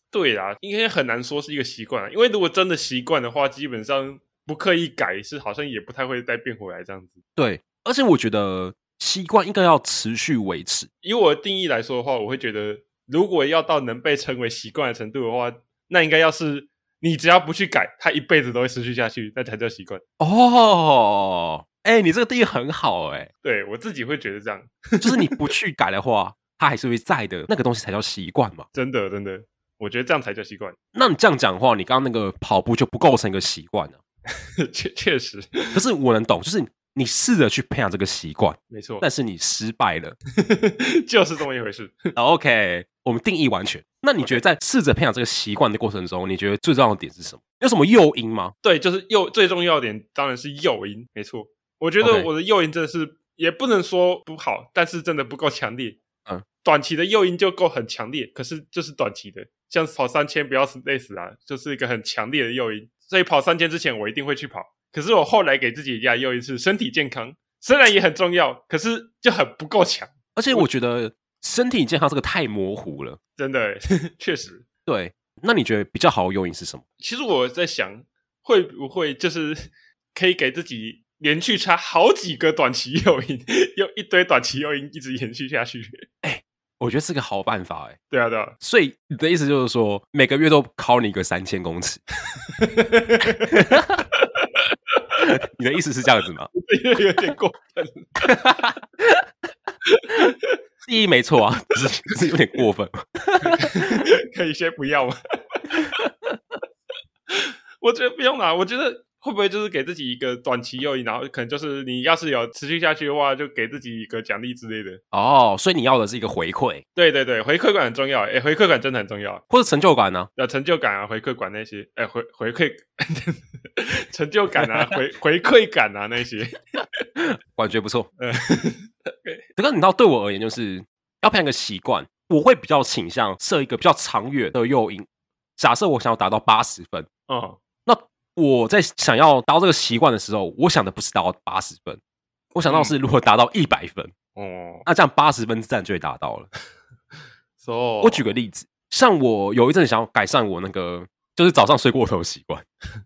Speaker 2: 对啦，应该很难说是一个习惯啊，因为如果真的习惯的话，基本上不刻意改是好像也不太会再变回来这样子。
Speaker 1: 对，而且我觉得习惯应该要持续维持。
Speaker 2: 以我的定义来说的话，我会觉得，如果要到能被称为习惯的程度的话，那应该要是你只要不去改，它一辈子都会持续下去，那才叫习惯。
Speaker 1: 哦，哎，你这个定义很好哎、
Speaker 2: 对我自己会觉得这样，
Speaker 1: 就是你不去改的话，它还是会在的，那个东西才叫习惯嘛。
Speaker 2: 真的真的，我觉得这样才叫习惯。
Speaker 1: 那你这样讲的话，你刚刚那个跑步就不构成一个习惯了。
Speaker 2: 确确实
Speaker 1: 可是我能懂，就是你试着去培养这个习惯，
Speaker 2: 没错，
Speaker 1: 但是你失败了。
Speaker 2: 就是这么一回事。
Speaker 1: OK，我们定义完全。那你觉得在试着培养这个习惯的过程中，你觉得最重要的点是什么？有什么诱因吗？
Speaker 2: 对，就是诱最重要的点当然是诱因，没错。我觉得
Speaker 1: OK
Speaker 2: 我的诱因真的是也不能说不好，但是真的不够强烈。
Speaker 1: 嗯，
Speaker 2: 短期的诱因就够很强烈，可是就是短期的，像跑三千不要死累死啊，就是一个很强烈的诱因。所以跑三千之前我一定会去跑，可是我后来给自己压诱因是身体健康，虽然也很重要，可是就很不够强，
Speaker 1: 而且我觉得身体健康这个太模糊了。
Speaker 2: 真的 确实。
Speaker 1: 对，那你觉得比较好的诱因是什么？
Speaker 2: 其实我在想，会不会就是 可以给自己连续插好几个短期诱因，用一堆短期诱因一直延续下去？
Speaker 1: 我觉得是个好办法哎。
Speaker 2: 对啊，对啊，
Speaker 1: 所以你的意思就是说，每个月都考你个三千公尺？ 你的意思是这样子吗？
Speaker 2: 这个有点过分。
Speaker 1: 第一没错啊，只是只是有点过分。
Speaker 2: 可以先不要吗？ 我觉得不用啦，我觉得会不会就是给自己一个短期诱因，然后可能就是你要是有持续下去的话，就给自己一个奖励之类的。
Speaker 1: 哦，所以你要的是一个回馈
Speaker 2: 对对对，回馈感很重要，哎，回馈感真的很重要。
Speaker 1: 或者成就感呢、
Speaker 2: 呃，成就感啊，回馈感那些，哎、回回馈 成就感啊，回回馈感啊那些，
Speaker 1: 感觉不错。
Speaker 2: 呃，
Speaker 1: 这个你知道，对我而言就是要培养一个习惯，我会比较倾向设一个比较长远的诱因。假设我想要达到八十分，
Speaker 2: 哦，
Speaker 1: 那我在想要达到这个习惯的时候，我想的不是达到八十分，我想到是如何达到一百分。
Speaker 2: 哦，
Speaker 1: 那这样八十分自然就会达到了。
Speaker 2: so,
Speaker 1: 我举个例子，像我有一阵想要改善我那个就是早上睡过头的习惯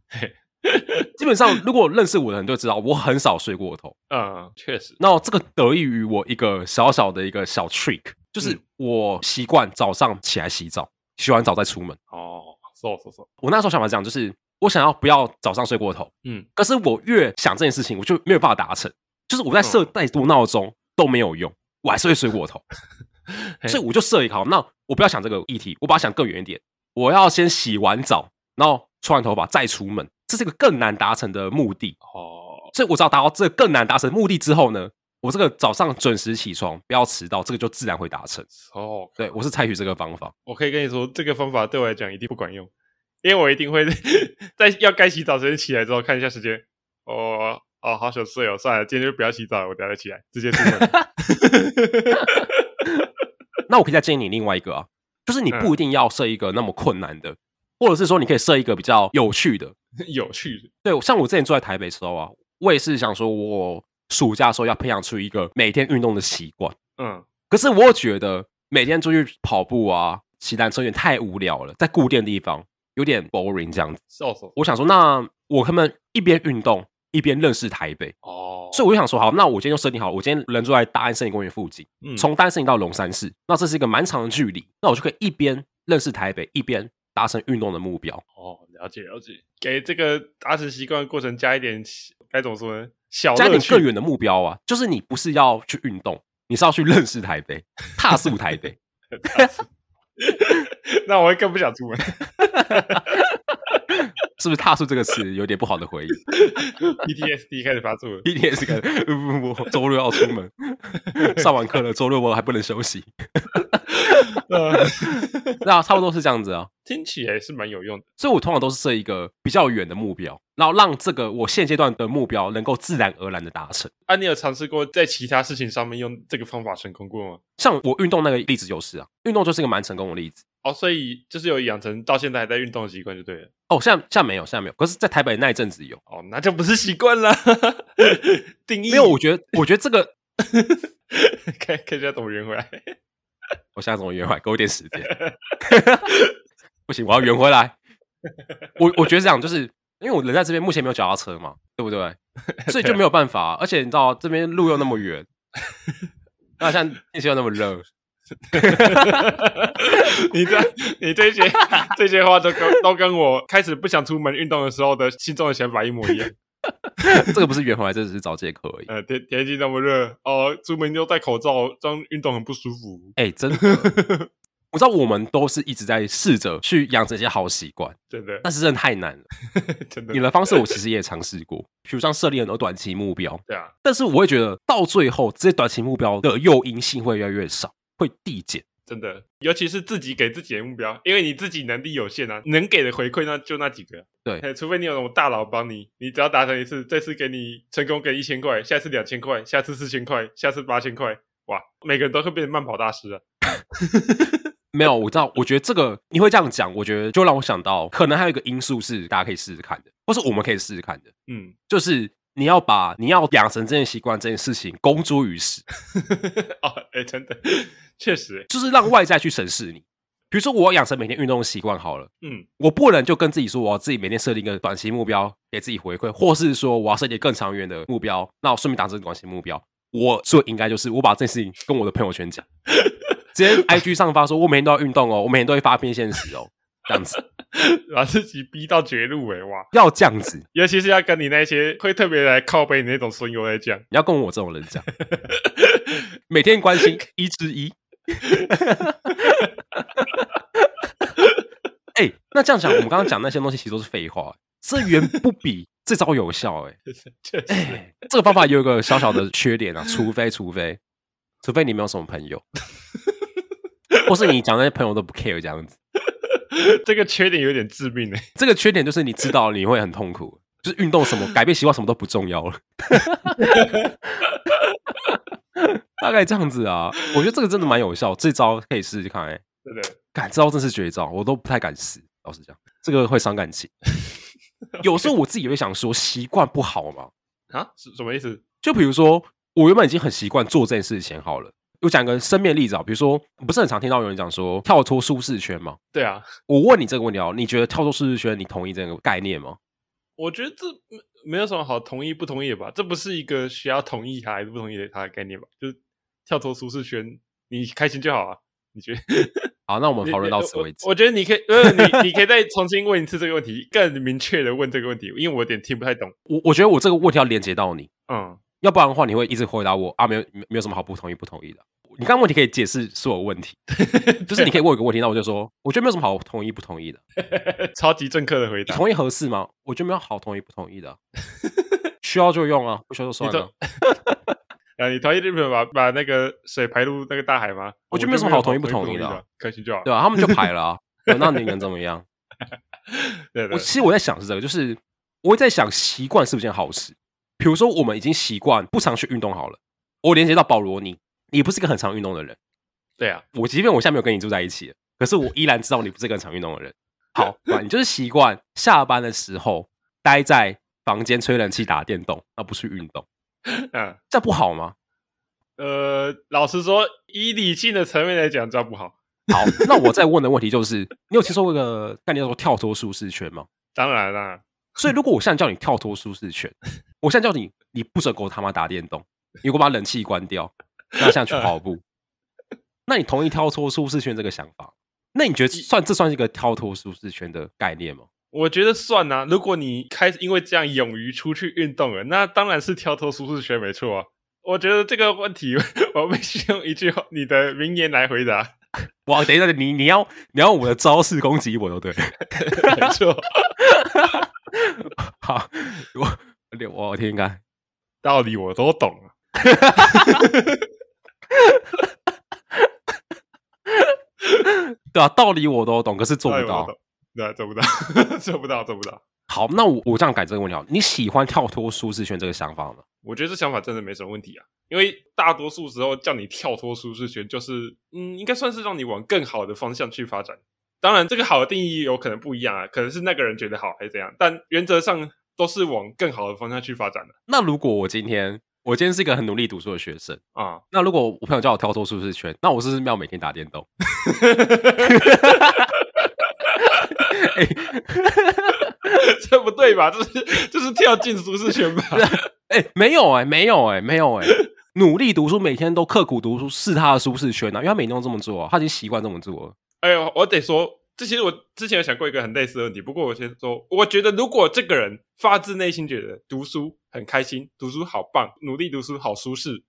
Speaker 2: 嘿。
Speaker 1: 基本上，如果认识我的人都知道，我很少睡过头。
Speaker 2: 嗯，确实，
Speaker 1: 那这个得益于我一个小小的一个小 trick，就是
Speaker 2: 嗯
Speaker 1: 我习惯早上起来洗澡，洗完澡再出门。
Speaker 2: 哦，so so so，
Speaker 1: 我那时候想法是这样，就是我想要不要早上睡过头，
Speaker 2: 嗯，
Speaker 1: 可是我越想这件事情，我就没有办法达成。就是我在设
Speaker 2: 嗯
Speaker 1: 再多闹钟都没有用，我还是会睡过头
Speaker 2: 嘿。
Speaker 1: 所以我就设一个好，那我不要想这个议题，我把它想更远一点。我要先洗完澡，然后吹完头发再出门，这是一个更难达成的目的。
Speaker 2: 哦，
Speaker 1: 所以我只要达到这个更难达成的目的之后呢，我这个早上准时起床，不要迟到，这个就自然会达成。
Speaker 2: 哦，
Speaker 1: 对我是采取这个方法，
Speaker 2: 我可以跟你说，这个方法对我来讲一定不管用，因为我一定会 在要该洗澡时间起来之后看一下时间，哦哦，好想睡哦，算了，今天就不要洗澡了，我等下再起来，直接出门。
Speaker 1: 那我可以再建议你另外一个啊，就是你不一定要设一个那么困难的，或者是说你可以设一个比较有趣的。
Speaker 2: 有趣的，
Speaker 1: 对，像我之前住在台北的时候啊，我也是想说，我暑假的时候要培养出一个每天运动的习惯。
Speaker 2: 嗯，
Speaker 1: 可是我又觉得每天出去跑步啊、骑单车有点太无聊了，在固定的地方有点 boring 这样子。
Speaker 2: 笑死我
Speaker 1: 我想说，那我可不能一边运动一边认识台北？
Speaker 2: 哦，
Speaker 1: 所以我就想说，好，那我今天就设定好，我今天人住在大安森林公园附近，
Speaker 2: 嗯
Speaker 1: 从大安森林到龙山寺，那这是一个蛮长的距离，那我就可以一边认识台北，一边达成运动的目标。
Speaker 2: 哦，了解了解，给这个达成习惯的过程加一点，该怎么说呢？小
Speaker 1: 加
Speaker 2: 乐
Speaker 1: 点
Speaker 2: 趣
Speaker 1: 更，远的目标啊，就是你不是要去运动，你是要去认识台北， 踏速台北。
Speaker 2: 那我会更不想出门。
Speaker 1: 是不是“踏速”这个词有点不好的回忆
Speaker 2: PTSD 开始发作了，
Speaker 1: 一天是个，呃我我周六要出门，上完课了，周六我还不能休息。
Speaker 2: 呃
Speaker 1: 嗯那差不多是这样子啊。
Speaker 2: 听起来是蛮有用的。
Speaker 1: 所以我通常都是设一个比较远的目标，然后让这个我现阶段的目标能够自然而然的达成。
Speaker 2: 啊，你有尝试过在其他事情上面用这个方法成功过吗？
Speaker 1: 像我运动那个例子就是啊，运动就是一个蛮成功的例子。
Speaker 2: 哦，所以就是有养成到现在还在运动的习惯就对了。
Speaker 1: 哦，现在现在没有，现在没有。可是，在台北那一阵子有，
Speaker 2: 哦，那就不是习惯啦。 定义
Speaker 1: 因为我觉得，我觉得这个，
Speaker 2: 看看一下怎么圆回来。
Speaker 1: 我现在怎么圆回来？给我一点时间。 不行，我要圆回来。我我觉得这样，就是因为我人在这边，目前没有脚踏车嘛，对不对？所以就没有办法啊、而且你知道，这边路又那么 远，那像天气又那么热，
Speaker 2: 你这你这些这些话都跟都跟我开始不想出门运动的时候的心中的想法一模一样。
Speaker 1: 这个不是圆回来，这只是找借口而 已。
Speaker 2: 呃，天天气那么热，哦，出门又戴口罩，这样运动很不舒服。
Speaker 1: 哎、真的，我知道我们都是一直在试着去养成一些好习惯，
Speaker 2: 真的，
Speaker 1: 但是真的太难了。
Speaker 2: 真
Speaker 1: 你
Speaker 2: 的，
Speaker 1: 的方式我其实也尝试过，比如像设立很多短期目标，
Speaker 2: 对啊，
Speaker 1: 但是我会觉得到最后这些短期目标的诱因性会越来越少，会递减。
Speaker 2: 真的，尤其是自己给自己的目标，因为你自己能力有限啊，能给的回馈那就那几个。
Speaker 1: 对
Speaker 2: 嘿除非你有那种大佬帮你，你只要达成一次，这次给你成功给一千块，下次两千块，下次四千块，下次八千块，哇，每个人都会变成慢跑大师啊。
Speaker 1: 没有，我知道，我觉得这个你会这样讲，我觉得就让我想到，可能还有一个因素是大家可以试试看的，或是我们可以试试看的，
Speaker 2: 嗯，
Speaker 1: 就是你要把你要养成这件习惯这件事情公诸于世，
Speaker 2: 哦，哎、真的，确实，
Speaker 1: 就是让外在去审视你。比如说，我要养成每天运动的习惯好了，
Speaker 2: 嗯，
Speaker 1: 我不能就跟自己说，我要自己每天设定一个短期目标给自己回馈，或是说我要设定更长远的目标，那我顺便达成短期目标。我最应该就是我把这件事情跟我的朋友圈讲，直接 IG 上发说，我每天都要运动哦，我每天都会发篇现实哦，这样子
Speaker 2: 把自己逼到绝路哎、哇！
Speaker 1: 要这样子。
Speaker 2: 尤其是要跟你那些会特别来靠背你那种损友来讲，
Speaker 1: 你要跟我这种人讲，每天关心一之一。 哎、那这样讲，我们刚刚讲那些东西其实都是废话、这远不比这招有效、哎，
Speaker 2: 确 实，
Speaker 1: 这个方法有一个小小的缺点啊，除非除非除非你没有什么朋友，或是你讲那些朋友都不 care 这样子。
Speaker 2: 这个缺点有点致命哎、
Speaker 1: 这个缺点就是你知道你会很痛苦，就是运动什么改变习惯什么都不重要了， 大概这样子啊。我觉得这个真的蛮有效，这招可以试试看、欸。哎，
Speaker 2: 真的。
Speaker 1: 敢这招真是绝招，我都不太敢试。老实讲，这个会伤感情。有时候我自己也会想说，习惯不好嘛。
Speaker 2: 啊，什什么意思？
Speaker 1: 就比如说，我原本已经很习惯做这件事情好了。我讲个身边的例子啊，比如说，不是很常听到有人讲说跳脱舒适圈嘛。
Speaker 2: 对啊，
Speaker 1: 我问你这个问题哦，你觉得跳脱舒适圈，你同意这个概念吗？
Speaker 2: 我觉得这没没有什么好同意不同意的吧，这不是一个需要同意他还是不同意的他的概念吧，就是跳脱舒适圈，你开心就好啊。你觉得？
Speaker 1: 好，那我们讨论到此为
Speaker 2: 我
Speaker 1: 止。
Speaker 2: 我觉得你可以， 呃，你你可以再重新问一次这个问题，更明确的问这个问题，因为我有点听不太懂。
Speaker 1: 我我觉得我这个问题要连接到你，
Speaker 2: 嗯，
Speaker 1: 要不然的话你会一直回答我啊，没有没有什么好不同意不同意的。你刚刚问题可以解释所有 问题，就是你可以问我一个问题，那我就说，我觉得没有什么好同意不同意的。
Speaker 2: 呃超级政客的回
Speaker 1: 你
Speaker 2: 答。
Speaker 1: 同意合适吗？啊我觉得没有好同意不同意的啊，需要就用啊，不需要就算
Speaker 2: 你
Speaker 1: 了
Speaker 2: 都。啊，你同 意日本把把那个水排入那个大海吗？
Speaker 1: 我
Speaker 2: 觉
Speaker 1: 觉
Speaker 2: 得
Speaker 1: 得没什么好同意不
Speaker 2: 同
Speaker 1: 同意的啊
Speaker 2: 的，开心就好。
Speaker 1: 对吧、他们就排了 啊，对那你能怎么样？
Speaker 2: 对对
Speaker 1: 我其实我在想是这个，就是我会在想习惯是不是件好事。比如说，我们已经习惯不常去运动好了。我连接到保罗你，你不是一个很常运动的人。
Speaker 2: 对啊，
Speaker 1: 我即便我现在没有跟你住在一起了，可是我依然知道你不是一个很常运动的人。 好，吧你就是习惯下班的时候待在房间吹冷气、打电动，而不去运动，
Speaker 2: 嗯
Speaker 1: 这样不好吗？
Speaker 2: 呃，老实说，以理性的层面来讲，这样不好。
Speaker 1: 好，那我再问的问题就是，你有听说过一个概念叫做跳脱舒适圈吗？
Speaker 2: 当然啦，
Speaker 1: 所以如果我现在叫你跳脱舒适圈，我现在叫你，你不准给我他妈打电动，你给我把冷气关掉，那现在去跑 步，那你同意跳脱舒适圈这个想法？那你觉得算这算是一个跳脱舒适圈的概念吗？
Speaker 2: 我觉得算啦、如果你开始因为这样勇于出去运动了，那当然是跳脱舒适圈没错啊。我觉得这个问题， 我必须用一句话你的名言来回答。
Speaker 1: 哇，等一下，你你要你要我的招式攻击我，对不对？
Speaker 2: 没 错，
Speaker 1: 好，我我我听听看，
Speaker 2: 道理我都懂啊。
Speaker 1: 对啊，道理我都懂，可是做不
Speaker 2: 道理我
Speaker 1: 到
Speaker 2: 都。懂。对，啊做不到， 做不到，做不到。
Speaker 1: 好，那我我这样改这个问题好了，你喜欢跳脱舒适圈这个想法吗？
Speaker 2: 我觉得这想法真的没什么问题啊，因为大多数时候叫你跳脱舒适圈，就是嗯，应该算是让你往更好的方向去发展。当然，这个好的定义有可能不一样啊，可能是那个人觉得好还是怎样，但原则上都是往更好的方向去发展的
Speaker 1: 那如果我今天我今天是一个很努力读书的学生，
Speaker 2: 啊。
Speaker 1: 那如果我朋友叫我跳脱舒适圈，那我是不是要每天打电动？哎、
Speaker 2: 这不对吧？这是这是跳进舒适圈吧？
Speaker 1: 哎、没有哎、没有哎、没有哎、努力读书，每天都刻苦读书是他的舒适圈啊，因为他每天都这么做、啊，他已经习惯这么做了。
Speaker 2: 哎呦，我得说，这其实我之前有想过一个很类似的问题，不过我先说，我觉得如果这个人发自内心觉得读书很开心，读书好棒，努力读书好舒适，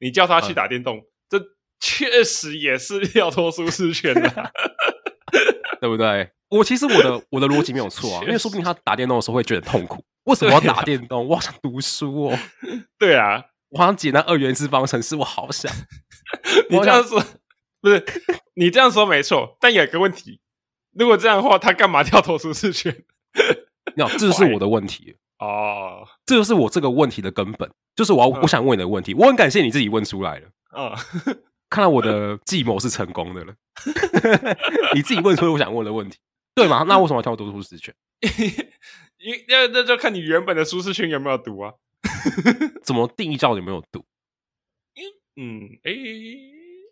Speaker 2: 你叫他去打电动，这确实也是跳脱舒适圈的。
Speaker 1: 对不对？我其实我的我的逻辑没有错啊，因为说不定他打电动的时候会觉得很痛苦。为什么要打电动？我好想读书哦，
Speaker 2: 对啊，
Speaker 1: 我好想解那二元次方程式，我好想。
Speaker 2: 你这样说不是你这样说没错，但有一个问题，如果这样的话，他干嘛跳脱舒适圈？
Speaker 1: 那这就是我的问题，
Speaker 2: 哦，
Speaker 1: 这就是我这个问题的根本，就是我要
Speaker 2: 嗯
Speaker 1: 我想问你的问题。我很感谢你自己问出来了，
Speaker 2: 啊、
Speaker 1: 看来我的计谋是成功的了。 你自己问出了我想问的问题，对吗？那为什么要跳读书时权？
Speaker 2: 因那那就看你原本的舒适圈有没有读啊。
Speaker 1: 怎么定义叫有没有读？
Speaker 2: 嗯，诶、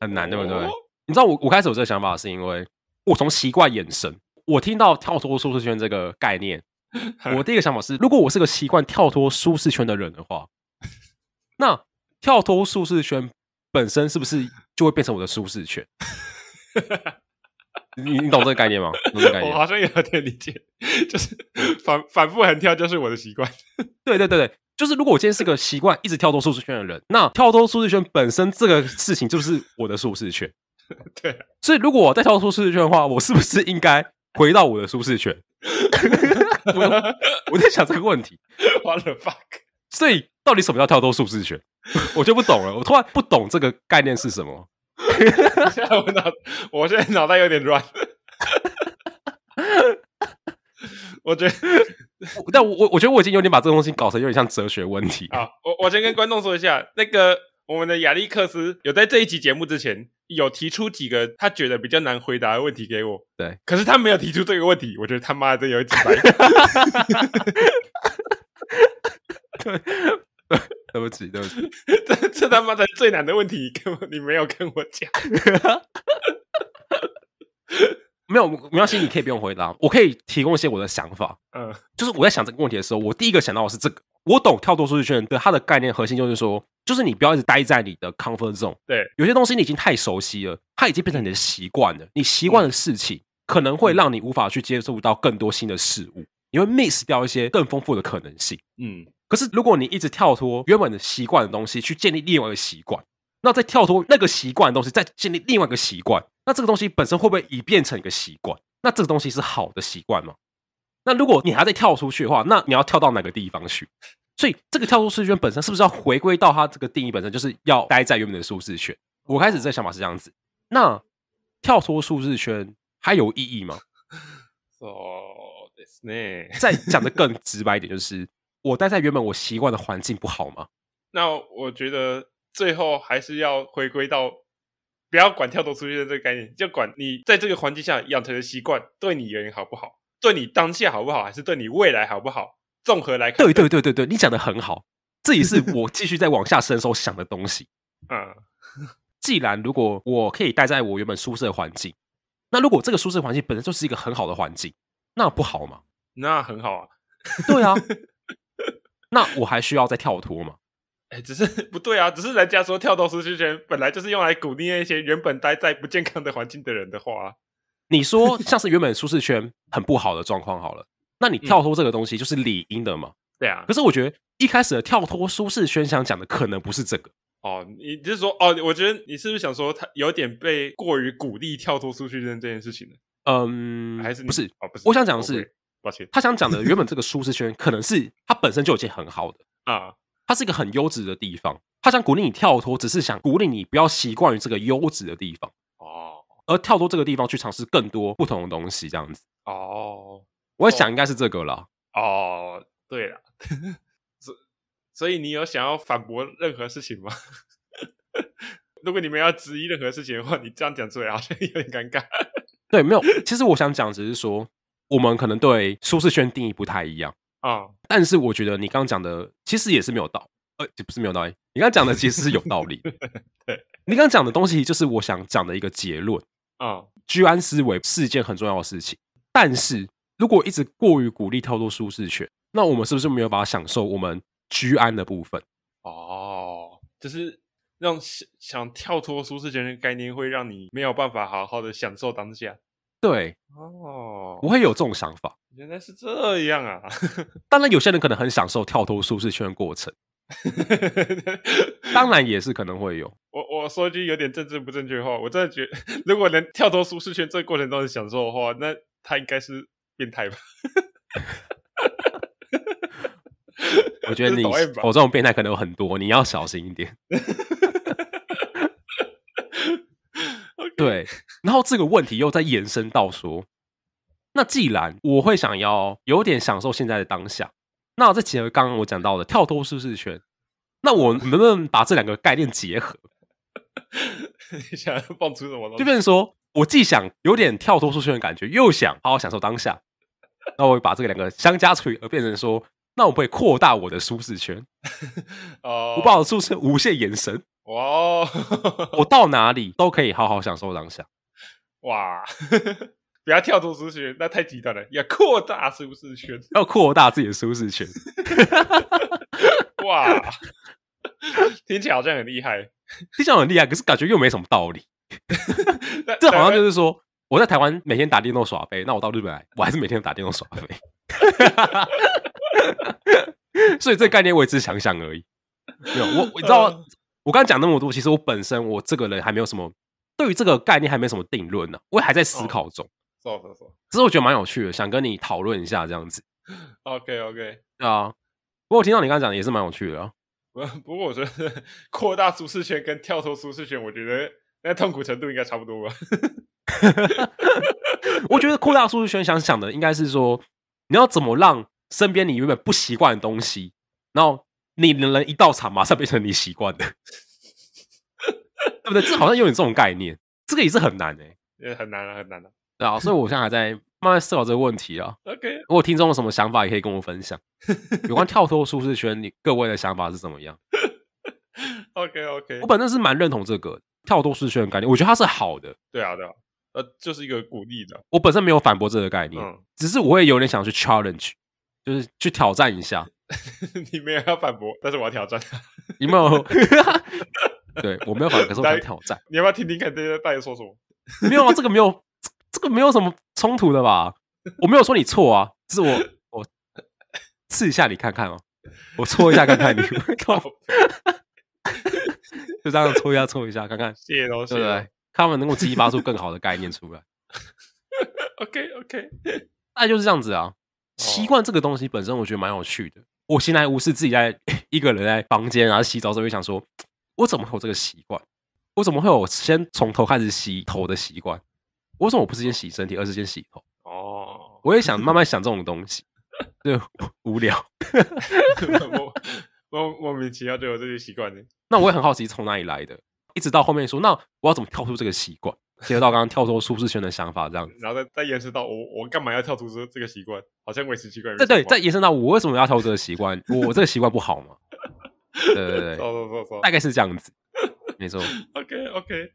Speaker 1: 很难对不对
Speaker 2: 哦
Speaker 1: 你知道我我开始有这个想法，是因为我从习惯衍生，我听到跳脱舒适圈这个概念，
Speaker 2: 嗯
Speaker 1: 我第一个想法是，如果我是个习惯跳脱舒适圈的人的话，那跳脱舒适圈本身是不是就会变成我的舒适圈？你你懂这个概念吗？懂这个概
Speaker 2: 我
Speaker 1: 念？
Speaker 2: 好像有点理解，就是反反复横跳就是我的习惯。
Speaker 1: 对对对对，就是如果我今天是个习惯一直跳脱舒适圈的人，那跳脱舒适圈本身这个事情就是我的舒适圈。
Speaker 2: 对啊，
Speaker 1: 所以如果我再跳出舒适圈的话，我是不是应该回到我的舒适圈？ 我我在想这个问题，
Speaker 2: What the fuck？
Speaker 1: 所以到底什么叫跳脱舒适圈？ 我就不懂了，我突然不懂这个概念是什么。
Speaker 2: 现在我脑，我现在脑袋有点乱。我觉得
Speaker 1: 但我我我觉得我已经有点把这个东西搞成有点像哲学问题。
Speaker 2: 啊，我我先跟观众说一下，那个我们的亚历克斯有在这一集节目之前有提出几个他觉得比较难回答的问题给我，
Speaker 1: 对，
Speaker 2: 可是他没有提出这个问题，我觉得他妈的有几白。
Speaker 1: 对，对不起，对不起。
Speaker 2: 这这他妈的最难的问题，根本你没有跟我讲。
Speaker 1: 没有没关系，你可以不用回答，我可以提供一些我的想法。
Speaker 2: 嗯
Speaker 1: 就是我在想这个问题的时候，我第一个想到的是这个。我懂跳脱舒适圈的它的概念核心就是说，就是你不要一直待在你的 comfort zone。
Speaker 2: 对，
Speaker 1: 有些东西你已经太熟悉了，它已经变成你的习惯了。你习惯的事情可能会让你无法去接触到更多新的事物，你会 miss 掉一些更丰富的可能性。
Speaker 2: 嗯，
Speaker 1: 可是如果你一直跳脱原本的习惯的东西，去建立另外一个习惯，那再跳脱那个习惯的东西，再建立另外一个习惯，那这个东西本身会不会已变成一个习惯？那这个东西是好的习惯吗？那如果你还在跳出去的话，那你要跳到哪个地方去？所以这个跳出舒适圈本身是不是要回归到它这个定义本身，就是要待在原本的舒适圈？我开始这想法是这样子。那跳脱舒适圈还有意义吗？
Speaker 2: そうですね。
Speaker 1: 再讲的更直白一点，就是我待在原本我习惯的环境不好吗？
Speaker 2: 那我觉得最后还是要回归到，不要管跳脱出去的这个概念，就管你在这个环境下养成的习惯对你而言好不好，对你当下好不好，还是对你未来好不好，综合来看。
Speaker 1: 对对对对对，你讲的很好，这也是我继续再往下深时候想的东西。
Speaker 2: 嗯，
Speaker 1: 既然如果我可以待在我原本舒适的环境，那如果这个舒适环境本身就是一个很好的环境，那不好吗？
Speaker 2: 那很好啊。
Speaker 1: 对 啊，那我还需要再跳脱吗？
Speaker 2: 哎，只是 不对啊，只是人家说跳脱舒适圈本来就是用来鼓励那些原本待在不健康的环境的人的话啊、
Speaker 1: 你 说像是原本舒适圈很不好的状况好了，那你
Speaker 2: 嗯
Speaker 1: 跳脱这个东西就是理应的嘛？
Speaker 2: 对啊
Speaker 1: 可，是我觉得一开始的跳脱舒适圈想讲的可能不是这个，
Speaker 2: 哦，你就是说哦，我觉得你是不是想说他有点被过于鼓励跳脱舒适圈这件事情呢？
Speaker 1: 嗯，
Speaker 2: 还是你
Speaker 1: 不是？
Speaker 2: 哦，不是，
Speaker 1: 我想讲的
Speaker 2: 不会
Speaker 1: 是，
Speaker 2: 抱歉
Speaker 1: 他想讲的原本这个舒适圈可能是它本身就已经很好的，
Speaker 2: 啊，
Speaker 1: 它是一个很优质的地方，他想鼓励你跳脱，只是想鼓励你不要习惯于这个优质的地方，
Speaker 2: 哦
Speaker 1: 而跳脱这个地方去尝试更多不同的东西，这样子。
Speaker 2: 哦
Speaker 1: 我在想应该是这个啦。
Speaker 2: 哦，对了， 所所以你有想要反驳任何事情吗？ 如果你们要质疑任何事情的话，你这样讲出来好像有点尴尬。
Speaker 1: 对， 没有。其实我想讲，只是说我们可能对舒适圈定义不太一样，
Speaker 2: 啊、。
Speaker 1: 但是我觉得你刚刚讲的其实也是没有道，呃，也不是没有道理。你刚刚讲的其实是有道理
Speaker 2: 对，
Speaker 1: 你刚刚讲的东西就是我想讲的一个结论。
Speaker 2: 啊、
Speaker 1: 居安思危是一件很重要的事情。但是如果一直过于鼓励跳脱舒适圈，那我们是不是没有办法享受我们居安的部分？
Speaker 2: 哦，就是让想想跳脱舒适圈的概念，会让你没有办法好好的享受当下。
Speaker 1: 对，
Speaker 2: 哦
Speaker 1: 我，会有这种想法。
Speaker 2: 原来是这样啊！
Speaker 1: 当然，有些人可能很享受跳脱舒适圈的过程，当然也是可能会有。
Speaker 2: 我我说句有点政治不正确的话，我真的觉得， 如果能跳脱舒适圈这个过程中的享受的话，那他应该是变态吧？
Speaker 1: 我觉得你哦
Speaker 2: 这是导演吧
Speaker 1: 我、这种变态可能有很多，你要小心一点。
Speaker 2: OK，
Speaker 1: 对，然后这个问题又再延伸到说，那既然我会想要有点享受现在的当下，那再结合刚刚我讲到的跳脱舒适圈，那我能不能把这两个概念结合？
Speaker 2: 你想要放出什么
Speaker 1: 就
Speaker 2: 东西？
Speaker 1: 变成说我既想有点跳脱舒适圈的感觉，又想好好享受当下，那我会把这个两个相加除以，而变成说，那我会扩大我的舒适圈，
Speaker 2: 哦，
Speaker 1: 我把我的舒适圈无限延伸，
Speaker 2: 哇哦
Speaker 1: 我到哪里都可以好好享受当下。
Speaker 2: 哇， 不要跳脱舒适圈，那太极端了，要扩大舒适圈。
Speaker 1: 要扩大自己的舒适圈，
Speaker 2: 哇，听起来好像很厉害。
Speaker 1: 听起来很厉害，可是感觉又没什么道理。
Speaker 2: 那
Speaker 1: 这好像就是是说，我在台湾每天打电动耍飞，那我到日本来，我还是每天打电动耍飞。 所以这个概念我也只是想想而已。没有，我我知道，
Speaker 2: 嗯
Speaker 1: 我刚刚讲那么多，其实我本身我这个人还没有什么对于这个概念还没什么定论呢、我也还在思考中。
Speaker 2: 说说说
Speaker 1: 只是我觉得蛮有趣的，想跟你讨论一下这样子。
Speaker 2: ，OK OK。
Speaker 1: 对啊，不过我听到你刚刚讲的也是蛮有趣的、啊。
Speaker 2: 不不过我觉得扩大舒适圈跟跳脱舒适圈，我觉得那痛苦程度应该差不多吧。
Speaker 1: 我觉得扩大舒适圈想想的应该是说，你要怎么让身边你原本不习惯的东西，然后你的人一到场马上变成你习惯的， 对不对？这好像有点这种概念，这个也是很难哎、
Speaker 2: 也很难啊，很难啊。
Speaker 1: 对啊，所以我现在还在慢慢思考这个问题啊。
Speaker 2: OK，
Speaker 1: 如果听众有什么想法，也可以跟我分享有关跳脱舒适圈，你各位的想法是怎么样？
Speaker 2: OK OK，
Speaker 1: 我本身是蛮认同这个跳脱舒适圈的概念，我觉得它是好的。
Speaker 2: 对啊对啊，呃，就是一个鼓励的，
Speaker 1: 我本身没有反驳这个概念，
Speaker 2: 嗯，
Speaker 1: 只是我会有点想去 challenge，就是去挑战一下。
Speaker 2: 你没有要反驳，但是我要挑战，啊
Speaker 1: 有没有？ 对我没有反，可是我想挑战。
Speaker 2: 你要不要听听看大家大家说 什么？
Speaker 1: 没有啊，这个没有，这这个没有什么冲突的吧？我没有说你错啊，只是我我试一下你看看哦，我搓一下看看你，就这样搓一下搓一下看看，
Speaker 2: 谢喽谢
Speaker 1: 对不
Speaker 2: 喽
Speaker 1: 对？看他们能够激发出更好的概念出来，
Speaker 2: ，OK OK，
Speaker 1: 大概就是这样子啊。习惯这个东西本身，我觉得蛮有趣的，我闲来无事自己在 一个人在房间然后洗澡的时候，就想说，我怎么会有这个习惯？我怎么会有先从头开始洗头的习惯？我为什么我不是先洗身体，而是先洗头？
Speaker 2: 哦，
Speaker 1: 我也想慢慢想这种东西， 对，无聊。
Speaker 2: 莫莫莫名其妙就有这些习惯呢。
Speaker 1: 那我也很好奇从哪里来的，一直到后面说，那我要怎么跳出这个习惯？结合到刚刚跳出舒适圈的想法，这样子。
Speaker 2: 然后再再延伸到我我干嘛要跳出这这个习惯？好像维持习惯有
Speaker 1: 对
Speaker 2: 点
Speaker 1: 对，
Speaker 2: 怪
Speaker 1: 再延伸到我为什么要跳出这个习惯？我这个习惯不好吗？对对对，
Speaker 2: 走走走
Speaker 1: 大概是这样子，没错。
Speaker 2: 走，OK OK，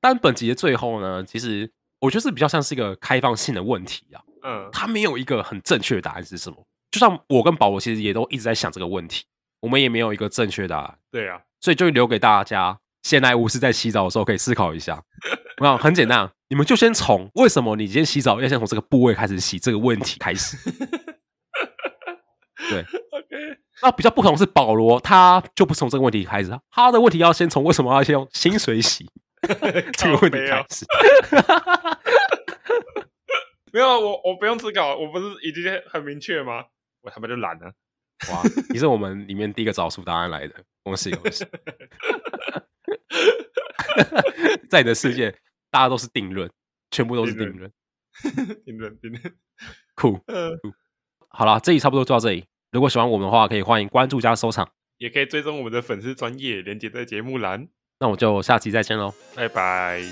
Speaker 1: 但本集的最后呢，其实我觉得是比较像是一个开放性的问题啊，
Speaker 2: 嗯
Speaker 1: 它没有一个很正确的答案是什么。就像我跟保罗其实也都一直在想这个问题，我们也没有一个正确答案，
Speaker 2: 对啊，
Speaker 1: 所以就留给大家闲来无事在洗澡的时候可以思考一下。我想很简单啊，你们就先从为什么你今天洗澡要先从这个部位开始洗这个问题开始。
Speaker 2: ，OK，
Speaker 1: 那比较不同是保罗，他就不从这个问题开始，他的问题要先从为什么要先用薪水洗 这个问题
Speaker 2: 哦没
Speaker 1: 开
Speaker 2: 有
Speaker 1: 始。
Speaker 2: 没有啊，我我不用自搞，我不是已经很明确吗？我他妈就懒 了，
Speaker 1: 哇，你是我们里面第一个找出答案来的，恭喜恭喜！ 在你的世界，大家都是定论，全部都是定
Speaker 2: 定
Speaker 1: 论。
Speaker 2: 停顿停顿，
Speaker 1: 酷，
Speaker 2: 呃，
Speaker 1: 好啦，这里差不多就到这里。如果喜欢我们的话，可以欢迎关注加收藏。
Speaker 2: 也可以追踪我们的粉丝专业，连接在节目栏，
Speaker 1: 那我就下期再见喽。
Speaker 2: 拜拜。